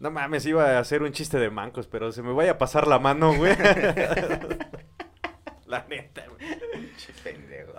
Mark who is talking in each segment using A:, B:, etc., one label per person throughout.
A: No mames, iba a hacer un chiste de mancos, pero se me vaya a pasar la mano, güey. la neta, güey.
B: Che, pendejo.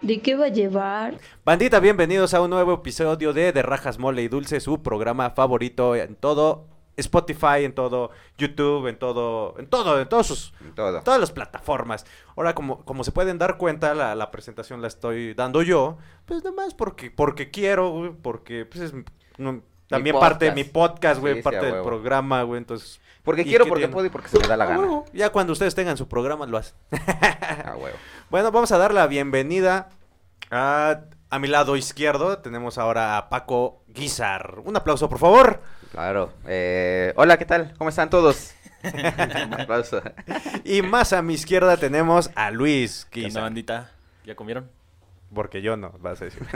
C: ¿De qué va a llevar?
A: Bandita, bienvenidos a un nuevo episodio de De Rajas Mole y Dulce, su programa favorito en todo Spotify, en todo YouTube, en todo, en todo, en todos sus,
B: Todo.
A: todas las plataformas. Ahora, como, como se pueden dar cuenta, la, la presentación la estoy dando yo, pues nada más porque, porque quiero, güey, porque pues es no, también parte de mi
B: podcast.
A: podcast, güey,
B: Sí, sí, a
A: parte del
B: huevo.
A: programa, güey, entonces...
B: Porque
A: ¿y
B: quiero,
A: qué
B: porque
A: tiene?
B: puedo y porque se me da la
A: Ah,
B: gana.
A: huevo, Ya cuando ustedes tengan su programa lo hacen.
B: Ah, huevo.
A: Bueno, vamos a dar la bienvenida a, a mi lado izquierdo. Tenemos ahora a Paco Guizar. Un aplauso, por favor.
B: Claro. Eh, hola, ¿qué tal? ¿Cómo están todos? Un aplauso.
A: Y más a mi izquierda tenemos a Luis
D: ¿Qué onda,
A: Guizar.
D: bandita? ¿Ya comieron?
A: Porque yo no, vas a decir.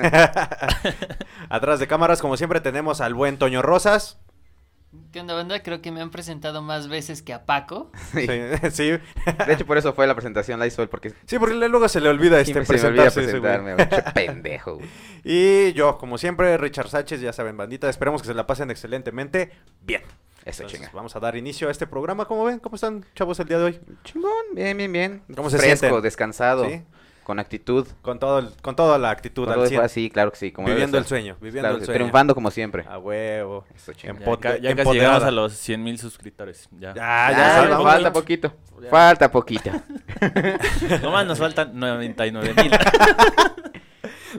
A: Atrás de cámaras, como siempre, tenemos al buen Toño Rosas.
E: ¿Qué onda, banda? Creo que me han presentado más veces que a Paco.
B: Sí.
A: Sí, sí,
B: De hecho, por eso fue la presentación, la hizo él, porque
A: sí, porque luego se le olvida este
B: siempre se me olvida
A: presentarse. ese güey.
B: presentarme. güey. Che, pendejo, güey.
A: Y yo, como siempre, Richard Sánchez, ya saben, bandita. Esperemos que se la pasen excelentemente bien.
B: Eso,
A: Entonces,
B: chinga.
A: Vamos a dar inicio a este programa. ¿Cómo ven? ¿Cómo están, chavos, el día de hoy?
B: Chingón, bien, bien, bien.
A: ¿Cómo se
B: Fresco,
A: sienten?
B: descansado,
A: Sí.
B: con actitud.
A: Con, todo el- con toda la actitud
B: Todo
A: al
B: fue
A: 100.
B: así, claro que sí. Como debe
A: Viviendo el
B: ser.
A: sueño, viviendo
B: Claro
A: el
B: que sí,
A: sueño. Ah, em,
B: Triunfando como siempre.
A: A huevo.
B: Eso, chinga.
A: En
D: Ya,
A: podca-
D: ca- ya casi
A: empoderada.
D: llegamos a los 100 mil suscriptores. Ya.
A: Ya,
B: Ah,
A: ya,
B: ya,
A: salvamos.
B: falta poquito. Falta poquito.
D: Nomás nos faltan 99 mil.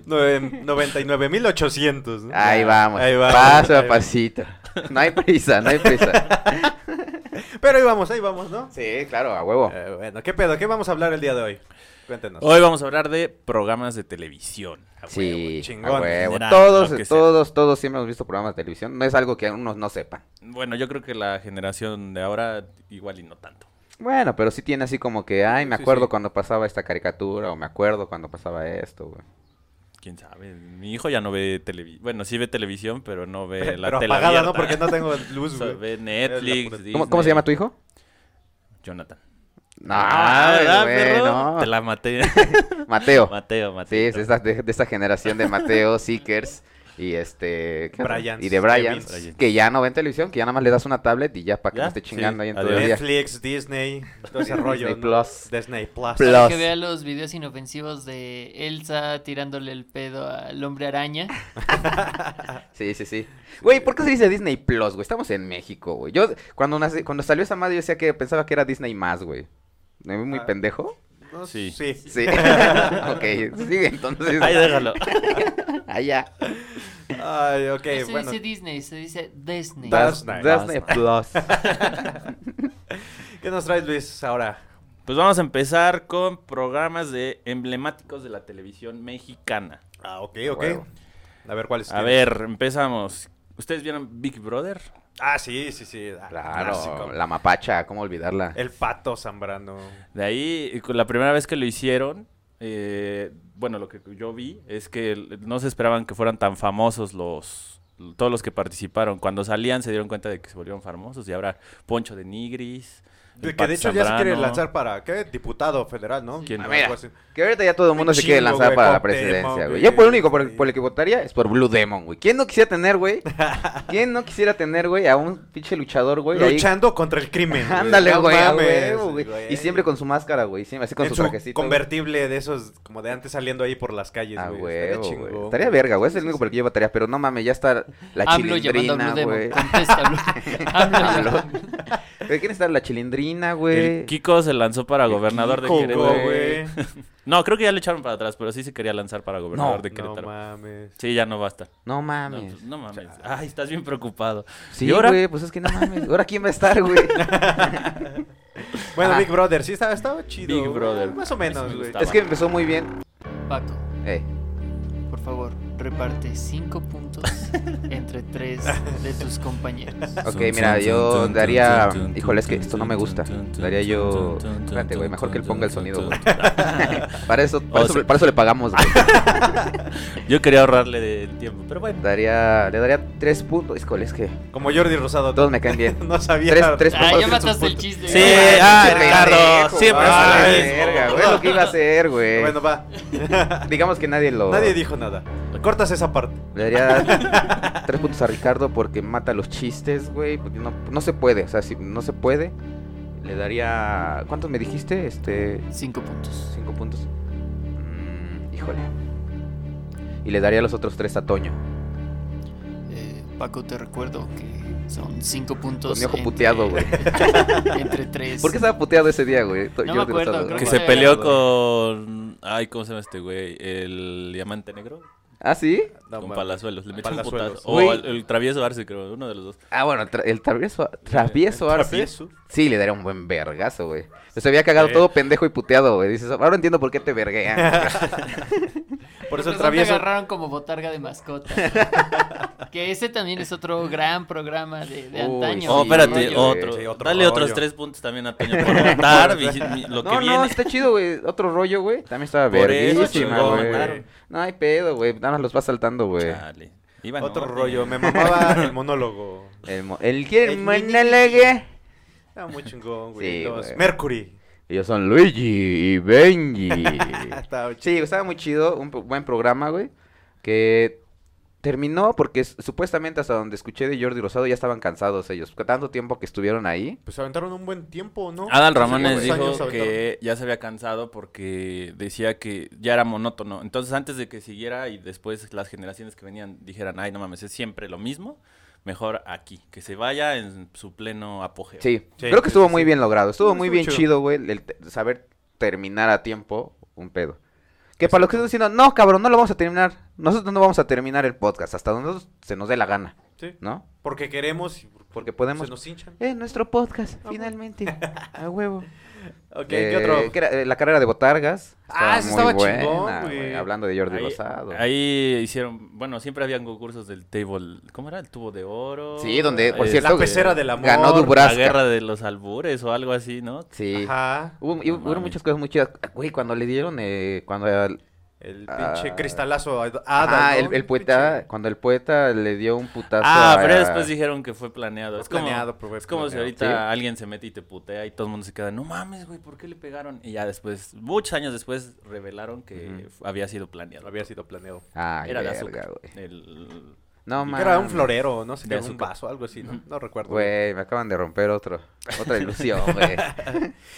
A: Nueve- 99.800. ¿no?
B: Ahí vamos.
A: Ahí vamos,
B: Paso
A: ahí
B: a pasito. No hay prisa, no hay prisa.
A: Pero ahí vamos, ahí vamos, ¿no?
B: Sí, claro, a huevo.
A: Eh, bueno, ¿qué pedo? ¿Qué vamos a hablar el día de hoy? Cuéntenos.
D: Hoy vamos a hablar de programas de televisión.
A: A
B: Sí,
A: huevo,
B: a huevo.
D: general, lo que
B: Todos,
D: sea.
B: todos, todos siempre hemos visto programas de televisión. No es algo que unos no sepan.
D: Bueno, yo creo que la generación de ahora igual y no tanto.
B: Bueno, pero sí tiene así como que, ay, me
D: Sí,
B: acuerdo
D: sí.
B: cuando pasaba esta caricatura o me acuerdo cuando pasaba esto, güey.
D: ¿Quién sabe? Mi hijo ya no ve televisión. Bueno, sí ve televisión, pero no ve
A: Eh, Pero
D: la tele
A: apagada, ¿no?
D: abierta.
A: Porque no tengo
D: O
A: luz,
D: sea,
A: güey.
D: ve Netflix,
B: ¿Cómo, cómo se llama tu hijo?
D: hijo? Jonathan.
B: No,
D: Ah,
A: Ah,
D: ¿verdad,
B: Ah, güey,
D: perro?
B: no.
D: Te la maté.
B: Mateo.
D: Mateo, Mateo.
B: Sí, es de esta, de, de esta generación de Mateo, Seekers y este... ¿qué otro?
A: Bryans,
B: Y de Brian.
A: Kevins.
B: Que ya no ven televisión, que ya nada más le das una tablet y ya para que
D: ¿Ya?
B: no esté chingando
D: Sí,
B: ahí en todo el
D: adiós.
B: día.
A: Netflix, Disney, todo ese
B: Disney
A: rollo. ¿no?
B: Plus.
A: Disney Plus.
B: Plus.
E: Para que vea los videos inofensivos de Elsa tirándole el pedo al hombre araña.
B: Sí, sí, sí. Güey, ¿por qué se dice Disney Plus, güey? Estamos en México, güey. Yo, cuando, nací- cuando salió esa madre, yo decía que pensaba que era Disney más, güey. ¿Me vi muy
A: Ah.
B: pendejo?
A: No,
D: Sí.
A: sí.
B: Sí. ok, sigue entonces.
D: Ahí déjalo.
B: Ahí ya.
A: Ay, ok,
E: no se
A: bueno.
E: dice Disney, se dice Disney.
A: Das-
B: Das- Disney Plus.
A: ¿Qué nos traes, Luis, ahora?
D: Pues vamos a empezar con programas de emblemáticos de la televisión mexicana.
A: Ah, ok, ok.
B: Huevo.
A: A ver, ¿cuál es?
D: A ver, empezamos. ¿Ustedes vieron Big Brother?
A: Ah, sí, sí, sí. ah, clásico.
B: Claro, la mapacha, ¿cómo olvidarla?
A: El pato Zambrano.
D: De ahí, con la primera vez que lo hicieron, eh, bueno, lo que yo vi es que l- no se esperaban que fueran tan famosos los todos los que participaron. Cuando salían se dieron cuenta de que se volvieron famosos y habrá Poncho de Nigris. el
A: De que
D: Pato
A: de hecho ya se quiere
D: Zambrano.
A: lanzar para, ¿qué? Diputado federal, ¿no?
D: ¿Quién?
A: Algo
B: Mira.
A: así.
B: Que ahorita ya todo el mundo se quiere
A: chingo,
B: lanzar
A: güey,
B: para la
A: Cuauhtémoc,
B: presidencia,
A: güey.
B: güey. Yo por el único por, por el que votaría es por Blue Demon, güey. ¿Quién no quisiera tener, güey? ¿Quién no quisiera tener, güey, a un pinche luchador, güey? ahí
A: Luchando contra el crimen.
B: Ándale,
A: No
B: güey, a
A: mames,
B: huevo, güey.
A: güey.
B: Y siempre con su máscara, güey. Siempre así con
A: En
B: su,
A: su
B: trajecito. güey.
A: convertible de esos, como de antes saliendo ahí por las calles,
B: A
A: güey. Estaría
B: huevo,
A: chingón,
B: güey.
A: güey.
B: Estaría verga, güey. Es el único por el que yo votaría. Pero no mames, ya está la
E: AMLO llamando a
B: chilindrina,
E: Blue Demon.
B: güey.
E: Contesta, AMLO. AMLO.
B: AMLO. Pero ¿Quién está la chilindrina,
D: El
B: güey?
D: Kiko se lanzó para
B: El
D: gobernador
A: Coco,
D: de Querétaro.
B: güey.
D: No, creo que ya le echaron para atrás, pero sí se quería lanzar para gobernador de
A: No
D: Querétaro.
A: mames.
D: Sí, ya no basta.
B: No
D: No,
B: mames.
D: pues, no mames. Ay, estás bien preocupado.
B: Sí,
D: ¿Y ahora?
B: güey, pues es que no mames. ¿Ahora quién va a estar, güey?
A: Bueno,
B: Ajá.
A: Big Brother, sí estaba, estaba chido.
D: Big
A: güey.
D: Brother.
A: Más o
D: Eso me
A: menos, güey.
D: gustaba.
B: es que empezó muy bien.
E: Paco,
B: Eh,
E: por favor, reparte 5 puntos entre 3 de tus compañeros.
B: Ok, mira, yo daría. Híjole, es que esto no me gusta. Daría yo. Espérate, güey, mejor que él ponga el sonido, güey. Para
A: Oh,
B: eso, para
D: O
B: eso,
D: sea-
B: para eso le pagamos, güey.
D: Yo quería ahorrarle del tiempo, pero bueno.
B: Daría, le daría tres puntos. Híjole, es que
A: Como Jordi Rosado.
B: todos me caen bien.
A: no sabía.
B: Tres, tres
E: Ah,
B: puntos.
E: ya
A: Sus
E: mataste el
A: puntos.
E: chiste.
D: Sí,
E: güey.
D: ah,
B: Qué
D: Ricardo,
B: pendejo,
D: siempre
B: güey.
A: sale
B: Ay,
A: eso.
B: verga, güey, lo que iba a hacer, güey.
A: Bueno, va.
B: Digamos que nadie lo.
A: Nadie dijo nada. Cortas esa parte.
B: Le daría tres puntos a Ricardo porque mata los chistes, güey. Porque no, no se puede, o sea, si no se puede. Le daría. ¿Cuántos me dijiste? Este.
E: 5 puntos.
B: Cinco puntos. Mm, híjole. Y le daría los otros tres a Toño.
E: Eh, Paco, te recuerdo que son 5 puntos.
B: Con mi ojo
E: entre-
B: puteado, güey.
E: Entre 3.
B: ¿Por qué estaba puteado ese día, güey? To-
E: No
B: Jordi
E: me acuerdo,
B: Rosado.
E: creo
D: Que
E: Bueno,
D: se
E: ya,
D: peleó
E: ya.
D: con. Ay, ¿cómo se llama este güey? El diamante negro.
B: ¿Ah, sí?
A: No,
D: con
A: mames.
D: Palazuelos. Le metió un
A: Palazuelos.
D: putazo.
B: Güey.
D: O al- el travieso Arce, creo. Uno de los dos.
B: Ah, bueno, tra- el travieso, travieso Arce.
A: Travieso.
B: Sí, le daría un buen vergazo, güey. Se había cagado
D: Sí.
B: todo pendejo y puteado, güey. Dices, ahora entiendo por qué te Ah. verguean.
A: Por eso el
E: Me
A: travieso.
E: agarraron como botarga de mascota. que ese también es otro gran programa de, de
B: Uy,
E: antaño.
D: Oh,
B: sí,
D: espérate,
B: güey.
D: otro.
A: Sí, otro
D: Dale otros
A: rollo.
D: tres puntos también a Toño por matar vi- mi- lo que
B: no,
D: viene.
B: no, está chido, güey. Otro rollo, güey. También estaba
D: Por eso,
B: verguísima,
D: chingón,
B: güey.
D: mataron.
B: No hay pedo, güey. Nada más los va saltando, güey.
D: Chale. Iván
A: Otro
D: Orte.
A: rollo. Me mamaba el monólogo.
B: El, mo- el quiere el
A: El
B: monólogo.
A: Estaba muy chingón,
B: Sí,
A: güey. Los
B: güey.
A: Mercury.
B: Ellos son Luigi y Benji.
A: Estaba
B: sí, estaba muy chido. Un pro- buen programa, güey. Que terminó porque s- supuestamente hasta donde escuché de Jordi Rosado ya estaban cansados ellos. Tanto tiempo que estuvieron ahí.
A: Pues aventaron un buen tiempo, ¿no?
D: Adal
A: Sí,
D: Ramones
A: güey. Años
D: dijo
A: aventaron.
D: que ya se había cansado porque decía que ya era monótono. Entonces, antes de que siguiera y después las generaciones que venían dijeran, ay, no mames, es siempre lo mismo, mejor aquí, que se vaya en su pleno apogeo.
B: Sí,
A: Sí,
B: creo que
A: sí,
B: estuvo
A: sí,
B: muy
A: sí.
B: bien logrado. Estuvo
A: Estuvo-
B: muy
A: estuvo
B: bien
A: chido.
B: chido, güey, el te- saber terminar a tiempo un pedo. Que para lo que estoy diciendo, no, cabrón, no lo vamos a terminar. Nosotros no vamos a terminar el podcast hasta donde nos- se nos dé la gana,
A: Sí.
B: ¿no?
A: Porque queremos y
B: Porque podemos.
A: Se nos hinchan.
B: Eh, nuestro podcast,
A: bueno.
B: finalmente. A huevo.
A: Ok,
B: Eh,
A: ¿qué otro?
B: que era, eh, la carrera de botargas.
A: Ah, esa estaba chingón, güey.
B: Hablando de Jordi
D: Ahí-
B: Rosado.
D: Ahí hicieron, bueno, siempre habían concursos del table, ¿cómo era? El tubo de oro.
B: Sí, donde, por
D: Eh,
B: cierto,
A: La pecera del amor.
B: ganó
D: La
B: Dubrasca.
D: guerra de los albures o algo así, ¿no?
B: Sí.
A: Ajá.
B: Hubo, y
D: No
B: hubo
D: mames.
B: muchas cosas muy chidas. Ah, Güey, cuando le dieron, eh, cuando al-
A: El
B: Ah.
A: pinche cristalazo. a- a Ada,
B: Ah,
A: ¿no?
B: el, el poeta, cuando el poeta le dio un putazo
D: Ah,
B: a-
D: pero después dijeron que fue planeado.
A: Fue
D: es como,
A: planeado, pero fue
D: es como si
A: planeado.
D: ahorita
B: Sí.
D: alguien se mete y te putea y todo el mundo se queda, no mames, güey, ¿por qué le pegaron? Y ya después, muchos años después, revelaron que
B: Ujú.
D: f- había sido planeado.
A: Había sido planeado.
B: Ay,
D: Era de
B: verga,
D: azúcar.
B: güey.
D: El-
B: No,
D: Y
A: Que
B: mames.
A: Era un florero, no sé,
D: De
A: qué, un
D: azúcar.
A: vaso, algo así, ¿no? No recuerdo.
B: Güey, me acaban de romper otro. Otra ilusión, güey.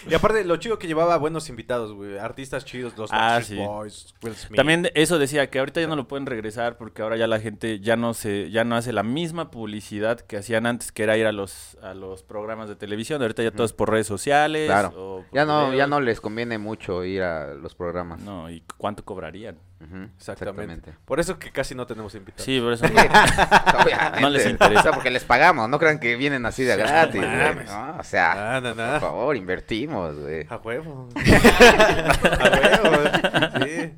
A: Y aparte, lo chido que llevaba buenos invitados, güey. Artistas chidos, los
D: Ah,
A: Backstreet
D: sí.
A: Boys, Will Smith.
D: También eso decía que ahorita ya no lo pueden regresar porque ahora ya la gente ya no se ya no hace la misma publicidad que hacían antes que era ir a los a los programas de televisión. Ahorita ya todo es por redes sociales.
B: Claro.
D: o por
B: Ya no, ya
D: videos.
B: no les conviene mucho ir a los programas.
D: No, ¿y cuánto cobrarían?
B: Ujú,
A: Exactamente. Por eso que casi no tenemos invitados.
D: Sí, por eso.
B: Obviamente.
D: No les interesa.
B: O sea, porque les pagamos. No crean que vienen así de
A: Sí, no
B: gratis, güey.
A: mames. Ah.
B: ¿no? O sea,
A: Nada,
B: Ah, por
A: nada.
B: favor, invertimos, güey.
A: A huevo. A huevo. Sí.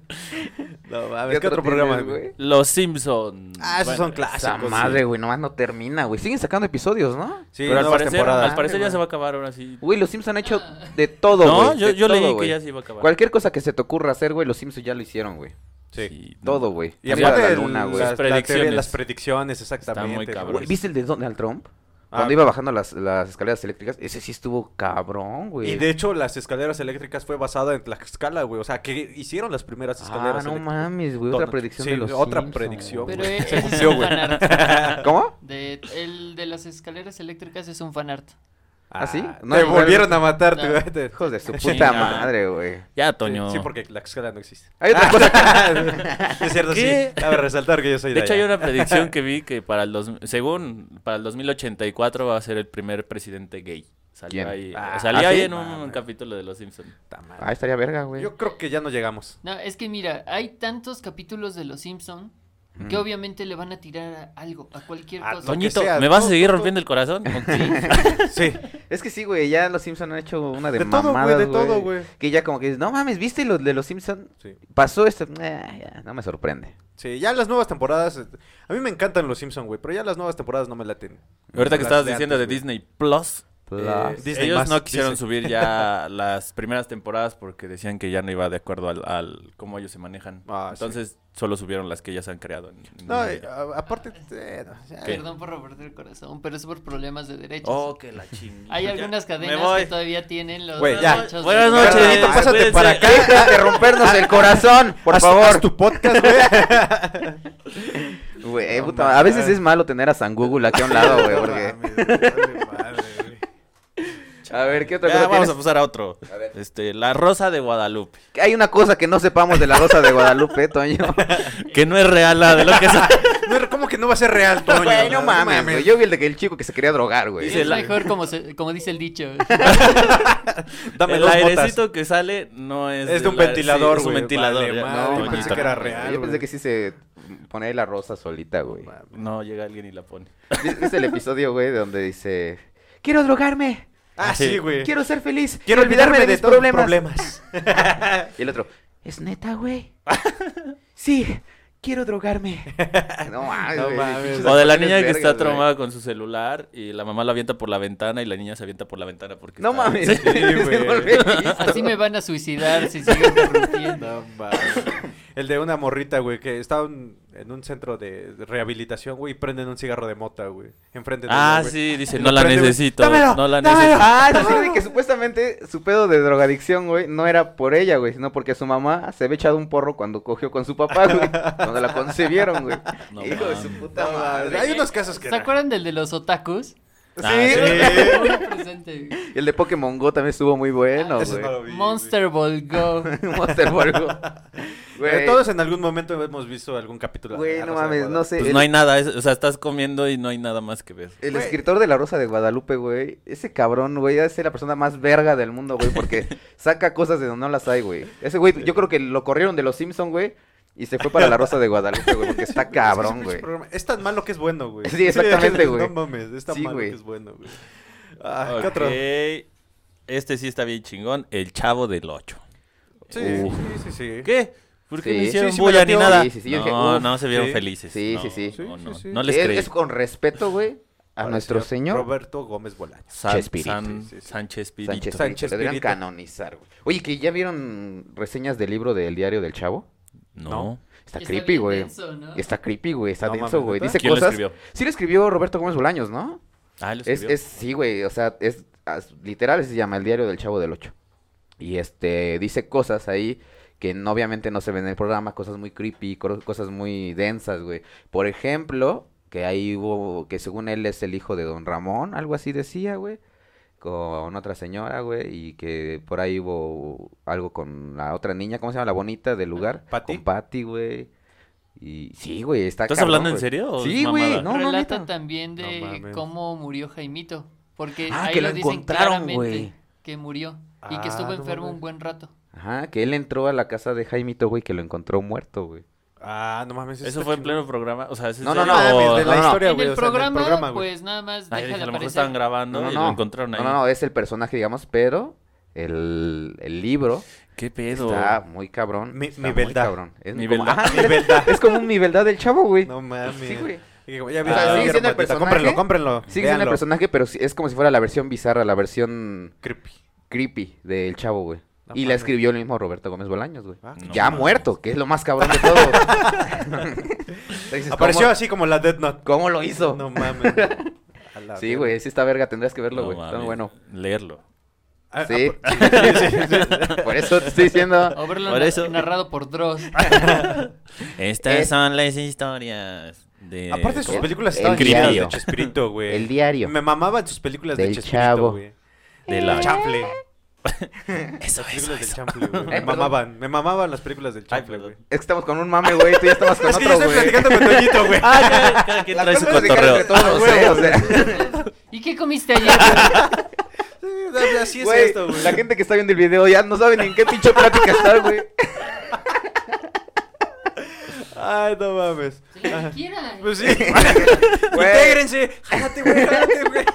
A: No mames, ¿qué otro programa,
B: tienes,
A: güey?
D: Los Simpsons.
A: Ah, esos son clásicos.
B: Esa
A: sí.
B: madre, güey, nomás no termina, güey. Siguen sacando episodios, ¿no?
A: Sí,
D: Pero al
A: nuevas
D: parecer,
A: temporadas.
D: al parecer ya
B: Madre,
D: se va a acabar ahora sí.
B: Güey, los Simpsons han hecho de todo, güey.
D: No, yo,
B: de
D: yo
B: todo,
D: leí que
B: güey.
D: ya se iba a acabar.
B: Cualquier cosa que se te ocurra hacer, güey, los Simpsons ya lo hicieron, güey.
A: Sí.
D: Sí,
B: Todo, güey.
A: Y
B: Arriba
A: aparte
B: de
A: el-
B: güey.
A: las, la teoría de
D: predicciones.
A: las predicciones, exactamente.
D: muy
A: güey.
D: cabrón.
B: Güey, ¿Viste el de Donald Trump?
A: Ah.
B: Cuando iba bajando las, las escaleras eléctricas, ese sí estuvo cabrón, güey.
A: Y de hecho, las escaleras eléctricas fue basada en Tlaxcala, güey. O sea, que hicieron las primeras
B: Ah,
A: escaleras
B: no
A: eléctricas.
B: mames, güey.
A: Don-
B: Otra predicción
A: sí,
B: de los
A: otra
B: Simpsons.
A: predicción,
E: Pero
A: güey.
E: e-
A: Se
E: ese es
A: cumplió,
E: un
A: güey.
E: fanart.
B: ¿Cómo?
E: De, el de las escaleras eléctricas es un fanart.
B: ¿Ah, sí? No,
A: te
B: no,
A: volvieron a matar,
E: no.
A: güey. Te-
B: Hijos de su
D: Sí,
B: puta
D: no.
B: madre, güey.
D: Ya, Toño.
A: Sí, porque Tlaxcala no existe.
B: Hay otra cosa que...
A: es cierto,
D: ¿Qué?
A: sí. Cabe resaltar que yo soy de
D: De hecho, hay
A: allá.
D: una predicción que vi que para el dos, según para el 2084 va a ser el primer presidente gay. Salió
B: ¿Quién?
D: ahí,
A: Ah,
D: salió
B: ¿ah,
D: ahí
B: sí?
D: en un,
A: Mames.
D: capítulo de Los Simpsons.
A: Puta madre.
B: Ah, estaría verga, güey.
A: Yo creo que ya no llegamos.
E: No, es que mira, hay tantos capítulos de Los Simpson que
B: Ujú.
E: obviamente le van a tirar a algo, a cualquier
A: A
E: cosa.
A: Lo que
D: Toñito,
A: sea,
D: ¿me vas a
A: tú,
D: seguir
A: tú, tú.
D: rompiendo el corazón?
A: Sí.
B: Es que sí, güey, ya los Simpsons han hecho una de,
A: De todo, güey,
B: mamadas,
A: de todo, güey.
B: Que ya como que dices, no mames, ¿viste lo de los Simpsons?
A: sí.
B: Pasó esto. Ah, ya, no me sorprende.
A: Sí, ya las nuevas temporadas. eh, A mí me encantan los Simpsons, güey, pero ya las nuevas temporadas no me laten.
D: Ahorita que
A: Las
D: estabas
A: de
D: diciendo
A: antes,
D: de
A: güey.
D: Disney Plus,
A: Plus. Disney
D: ellos
A: más,
D: no quisieron
A: Disney.
D: subir ya las primeras temporadas porque decían que ya no iba de acuerdo al, al cómo ellos se manejan.
A: Ah, sí.
D: Entonces solo subieron las que ya se han creado. en- en
A: No,
D: una
A: eh,
D: ya.
A: a- aparte. eh, no, ya.
D: ¿Qué?
E: Ah, Perdón por romperte el corazón, pero es por problemas de derechos.
D: Oh, que la chingada.
E: Hay
D: Ya,
E: algunas
D: me
E: cadenas
D: voy.
E: que todavía tienen los
A: Güey, ya.
E: derechos.
D: Buenas
E: de-
D: noches.
A: Carnalito, pásate
D: cuídense.
A: para acá.
B: Deja de rompernos el corazón, por
A: Haz-
B: favor.
A: haz tu podcast, güey.
B: Güey,
A: No
B: puta,
A: mames.
B: a veces es malo tener a San Google aquí a un lado, güey,
A: No
B: porque...
A: mames, güey, madre, güey.
B: A ver, ¿qué otra
D: Ya,
B: cosa
D: vamos
B: tienes?
D: a pasar a otro.
B: A ver.
D: Este, la Rosa de Guadalupe.
B: Hay una cosa que no sepamos de la Rosa de Guadalupe, Toño.
D: Que no es real la de lo que sa-
A: No, ¿Cómo que no va a ser real, Toño?
B: Güey, no mames, güey. Yo vi el de que el chico que se quería drogar, güey.
E: Es
D: Dice la-
E: mejor como, se- como dice el dicho.
A: Dame
D: el
A: dos
D: airecito que sale no
A: Es
D: es.
A: de
D: del
A: un
D: aire-
A: ventilador,
D: sí, es un
A: güey.
D: ventilador.
A: Vale,
D: ya.
A: madre,
D: No,
A: yo
B: mames.
A: pensé que era real,
B: Yo pensé
A: güey.
B: que sí se ponía ahí la rosa solita, güey.
A: mames.
D: No, llega alguien y la pone.
B: ¿Viste el episodio, güey, de donde dice... Quiero drogarme,
A: Ah, sí, güey.
B: quiero ser feliz,
A: Quiero olvidarme de
B: mis
A: todos los
B: problemas.
A: problemas.
B: Y el otro, ¿es neta, güey? sí, quiero drogarme. No mames,
A: No
B: güey,
A: mames.
B: pinches
D: O de la
B: actores
D: niña que está
B: vergas, güey.
D: traumada con su celular y la mamá la avienta por la ventana y la niña se avienta por la ventana porque
B: No
D: está-
B: mames.
D: Sí.
B: Se
A: güey.
B: volvió listo.
E: Así me van a suicidar si sigo interrumpiendo.
A: No mames. El de una morrita, güey, que está un- en un centro de de rehabilitación, güey, y prenden un cigarro de mota, güey. Enfrente de
D: Ah,
A: ella, güey.
D: sí, dice,
A: Y
D: no
A: lo
D: la
A: prende, güey.
D: necesito.
A: ¡Dámelo!
D: No la
A: ¡Dámelo!
D: necesito.
B: Ah, es decir, de que supuestamente su pedo de drogadicción, güey, no era por ella, güey, sino porque su mamá se había echado un porro cuando cogió con su papá, güey, cuando la concebieron, güey.
D: No
B: Hijo de su
D: mames.
B: puta
A: No mames.
B: madre.
A: Hay unos casos que.
E: ¿Se acuerdan del de los otakus?
B: Sí,
D: Ah, sí.
A: Eh.
E: Muy presente.
B: Y el de Pokémon Go también estuvo muy bueno,
E: Ah,
A: Eso
B: güey.
A: no lo vi, güey.
E: Monster Ball Go.
B: Monster Ball Go.
A: Eh,
B: Güey,
A: todos en algún momento hemos visto algún capítulo. de
B: güey,
A: La
B: no
A: Rosa de
B: mames, no
A: Guadalupe.
B: sé.
D: Pues
B: el-
D: no hay nada, es- o sea, estás comiendo y no hay nada más que ver.
B: El
A: Güey.
B: escritor de La Rosa de Guadalupe, güey. Ese cabrón, güey, debe ser la persona más verga del mundo, güey, porque saca cosas de donde no las hay, güey. Ese güey, yo creo que lo corrieron de los Simpson, güey, y se fue para La Rosa de Guadalupe, güey, porque está
A: Es
B: cabrón,
A: que ese
B: güey.
A: pinche programa- Es tan malo que es bueno, güey.
B: Sí, exactamente, güey.
A: No mames, es tan
B: Sí,
A: malo
B: güey.
A: que es bueno, güey. Ah,
D: Ok,
A: ¿qué otro?
D: Este sí está bien chingón, El Chavo del Ocho.
A: Sí,
B: Uf.
A: sí, sí, sí.
D: ¿Qué? ¿Por qué
B: Sí.
D: no hicieron
A: Sí, sí me
D: bulla ni
A: latió.
D: nada?
B: Sí, sí, sí, yo dije,
D: no,
B: uf,
D: no se vieron
A: sí.
D: felices.
B: Sí,
D: no,
B: sí, sí.
D: no,
A: Sí,
D: no,
A: sí, sí.
D: no les
B: es,
D: creí.
B: es con respeto, güey, a
A: Para el
B: nuestro señor
A: Roberto Gómez Bolaños.
D: San-
B: Chespirito.
D: San-
A: Sí, sí, sí.
D: Sánchez Pirito.
B: Sánchez, Sánchez
A: Sánchez
B: Lo deberían
A: Pirito.
B: canonizar, güey. Oye, que ya vieron reseñas del libro del diario del chavo.
D: No.
B: Está,
E: Está
B: creepy,
E: bien
B: güey.
E: denso, ¿no?
B: Está creepy, güey. Está
A: No
B: denso,
A: mames,
B: güey.
A: ¿neta?
B: Dice
D: ¿Quién lo
B: cosas.
D: escribió?
B: Sí lo escribió Roberto Gómez Bolaños, ¿no?
D: Ah, lo
B: Es,
D: escribió.
B: es- sí, güey, o sea, es as- literal se llama El diario del Chavo del Ocho. Y este dice cosas ahí que no- obviamente no se ven en el programa, cosas muy creepy, cor- cosas muy densas, güey. Por ejemplo, que ahí hubo que según él es el hijo de Don Ramón, algo así decía, güey, con otra señora, güey, y que por ahí hubo algo con la otra niña, ¿cómo se llama? La bonita del lugar,
A: ¿Patty?
B: con Patty, güey. Y sí, güey, está
D: ¿Estás
B: cabrón,
D: hablando en
B: güey.
D: serio o es
B: Sí, güey,
D: mamada?
B: no, no,
E: Relata
B: neta.
E: también de
A: No mames.
E: cómo murió Jaimito. Porque
B: Ah,
E: ahí
B: que
E: lo
B: lo
E: dicen
B: encontraron,
E: claramente
B: güey.
E: que murió y que estuvo
A: Ah, no
E: enfermo
A: mames.
E: un buen rato.
B: Ajá, que él entró a la casa de Jaimito, güey, que lo encontró muerto, güey.
A: Ah, no mames.
D: Eso fue en pleno programa. O sea, ¿es en
B: No, no,
D: serio?
B: no,
D: O-
A: Mames, de la
B: no, no.
A: historia,
E: en
A: güey.
E: el
A: o sea, en
E: programa,
A: güey.
E: pues nada
D: Ay,
E: más deja
D: dije,
E: de
D: a lo mejor
E: aparecer.
D: estaban grabando
B: No, no,
D: y
B: no.
D: lo encontraron ahí.
B: No, no, no, es el personaje, digamos, pero el, el libro
D: ¿Qué pedo?
B: está muy cabrón.
A: Mi-
B: está
A: mi
B: muy
A: verdad.
B: cabrón. Es
D: Mi
B: como,
D: verdad.
B: ajá,
A: Mi Ah, verdad.
B: es como un mi verdad del chavo, güey.
A: No mames.
B: sí, güey.
A: Y como, Ya
B: O sea,
A: vieron,
B: sigue
A: vieron,
B: siendo el
A: maldita,
B: personaje.
A: Cómprenlo, cómprenlo.
B: Sigue siendo el
A: véanlo.
B: personaje, pero sí- es como si fuera la versión bizarra, la versión
A: Creepy.
B: creepy del chavo, güey.
A: No
B: y la
A: mames.
B: escribió el mismo Roberto Gómez Bolaños, güey.
A: Ah,
D: No
B: ya
D: mames.
B: muerto, que es lo más cabrón de todo. Entonces,
A: Apareció
B: ¿cómo,
A: así como la Dead Note.
B: cómo lo hizo?
A: No mames. A la
B: sí,
A: verga.
B: güey, sí está verga, tendrás que verlo,
D: No,
B: güey. está muy
D: mames,
B: bueno.
D: Leerlo.
A: Ah, ah,
B: Sí.
A: por- sí, sí, sí.
B: Por eso te estoy diciendo.
E: O verlo
D: Por
E: na-
D: eso-
E: narrado por Dross.
D: Estas
B: Eh.
D: son las historias de...
A: Aparte, sus
D: ¿cómo?
A: películas
B: El
A: estaban llenas de
B: diario.
A: Chespirito, güey.
B: El diario.
A: Me mamaban sus películas de
B: Del
A: Chespirito,
B: chavo. Eh,
A: güey.
D: De la-
A: Chanfle.
D: Eso, eso,
A: Películas del
D: eso.
A: chanfle, güey. Me
B: perdón.
A: mamaban. Me mamaban las películas del chanfle,
D: perdón.
A: güey.
B: Es que estamos con un mame, güey. Tú ya estabas con
A: Es que yo
B: otro,
A: estoy
B: güey.
A: platicando Ah, con Toñito, güey.
D: Ah, cada, cada quien
B: Las
D: trae su
B: cosas que quedan
D: cotorreo.
B: entre todos, ¿eh? O sea,
E: ¿Y qué comiste ayer?
A: Sí, Así es
B: güey,
A: esto, güey.
B: la gente que está viendo el video ya no sabe ni en qué pinche plática estar, güey.
A: Ay, no mames.
E: Si lo que quieran.
A: Pues sí.
B: Güey.
A: Intégrense. Jálate, güey. Jálate, güey.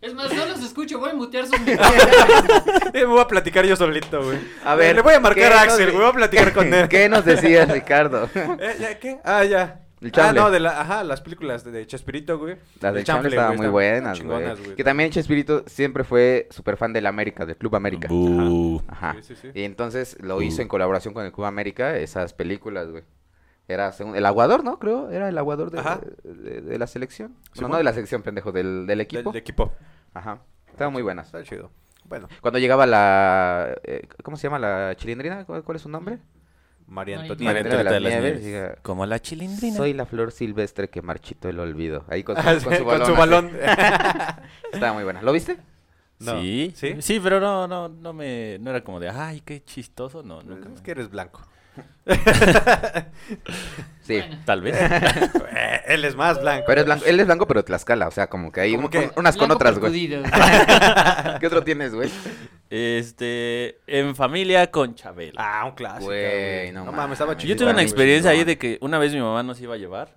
E: Es Es más, no los escucho, voy a mutear sus micrófonos.
A: Eh, me voy a platicar yo solito, güey.
B: A ver,
A: Le voy a marcar
B: ¿qué
A: a
B: nos
A: Axel,
B: de-
A: güey. Voy a platicar con él.
B: ¿Qué nos decías, Ricardo?
A: Eh, ya, ¿Qué? Ah, ya.
B: El
A: ah,
B: Chamble.
A: no, de la, ajá, las películas de, de Chespirito, güey.
B: Las
A: El
B: del Chamble
A: güey,
B: estaban muy
A: estaban
B: buenas,
A: chingonas,
B: güey. Que también Chespirito siempre fue súper fan del América, del Club América.
D: Bu.
B: Ajá.
A: Sí, sí, sí.
B: Y entonces lo
D: Uh.
B: hizo en colaboración con el Club América, esas películas, güey. Era según- el aguador, ¿no? Creo, era el aguador de,
A: Ajá.
B: de- de la selección.
A: Sí,
B: no,
A: bueno.
B: no de la selección, pendejo, del, del
A: Del
B: equipo.
A: del equipo.
B: Ajá. Estaban muy buenas.
A: Está chido. Bueno,
B: Cuando llegaba la... eh, ¿Cómo se llama la chilindrina? ¿Cuál, cuál es su nombre?
A: María
E: Ay,
A: Antonia.
B: María
D: María
B: Antonieta
D: Antonieta
B: de las Nieves,
D: Nieves.
B: diga,
D: Como la chilindrina.
B: Soy la flor silvestre que marchito el olvido. Ahí con su,
A: Ah, sí,
B: con su balón. así. Estaba muy buena. ¿Lo viste?
A: No.
D: Sí,
A: ¿Sí?
D: sí, pero no, no, no me, no era como de, ay, qué chistoso, no,
B: Pues
D: nunca
A: Es
D: me-
A: que eres blanco.
B: Sí.
E: Bueno,
D: tal vez.
A: Eh, Él es más blanco.
B: Pero es blanco, él es blanco, pero Tlaxcala. O sea, como que hay
A: Como
B: un-
A: que
B: un- unas con
E: blanco
B: otras, güey.
E: percudido.
B: ¿Qué otro tienes, güey?
D: este, en familia con Chabela.
A: Ah, un clásico.
B: Güey,
A: Güey,
B: no
A: no mames, estaba
B: mames.
A: chido.
D: Yo tuve una
B: sí,
D: experiencia
B: sí,
D: ahí
B: no.
D: de que una vez mi mamá nos iba a llevar.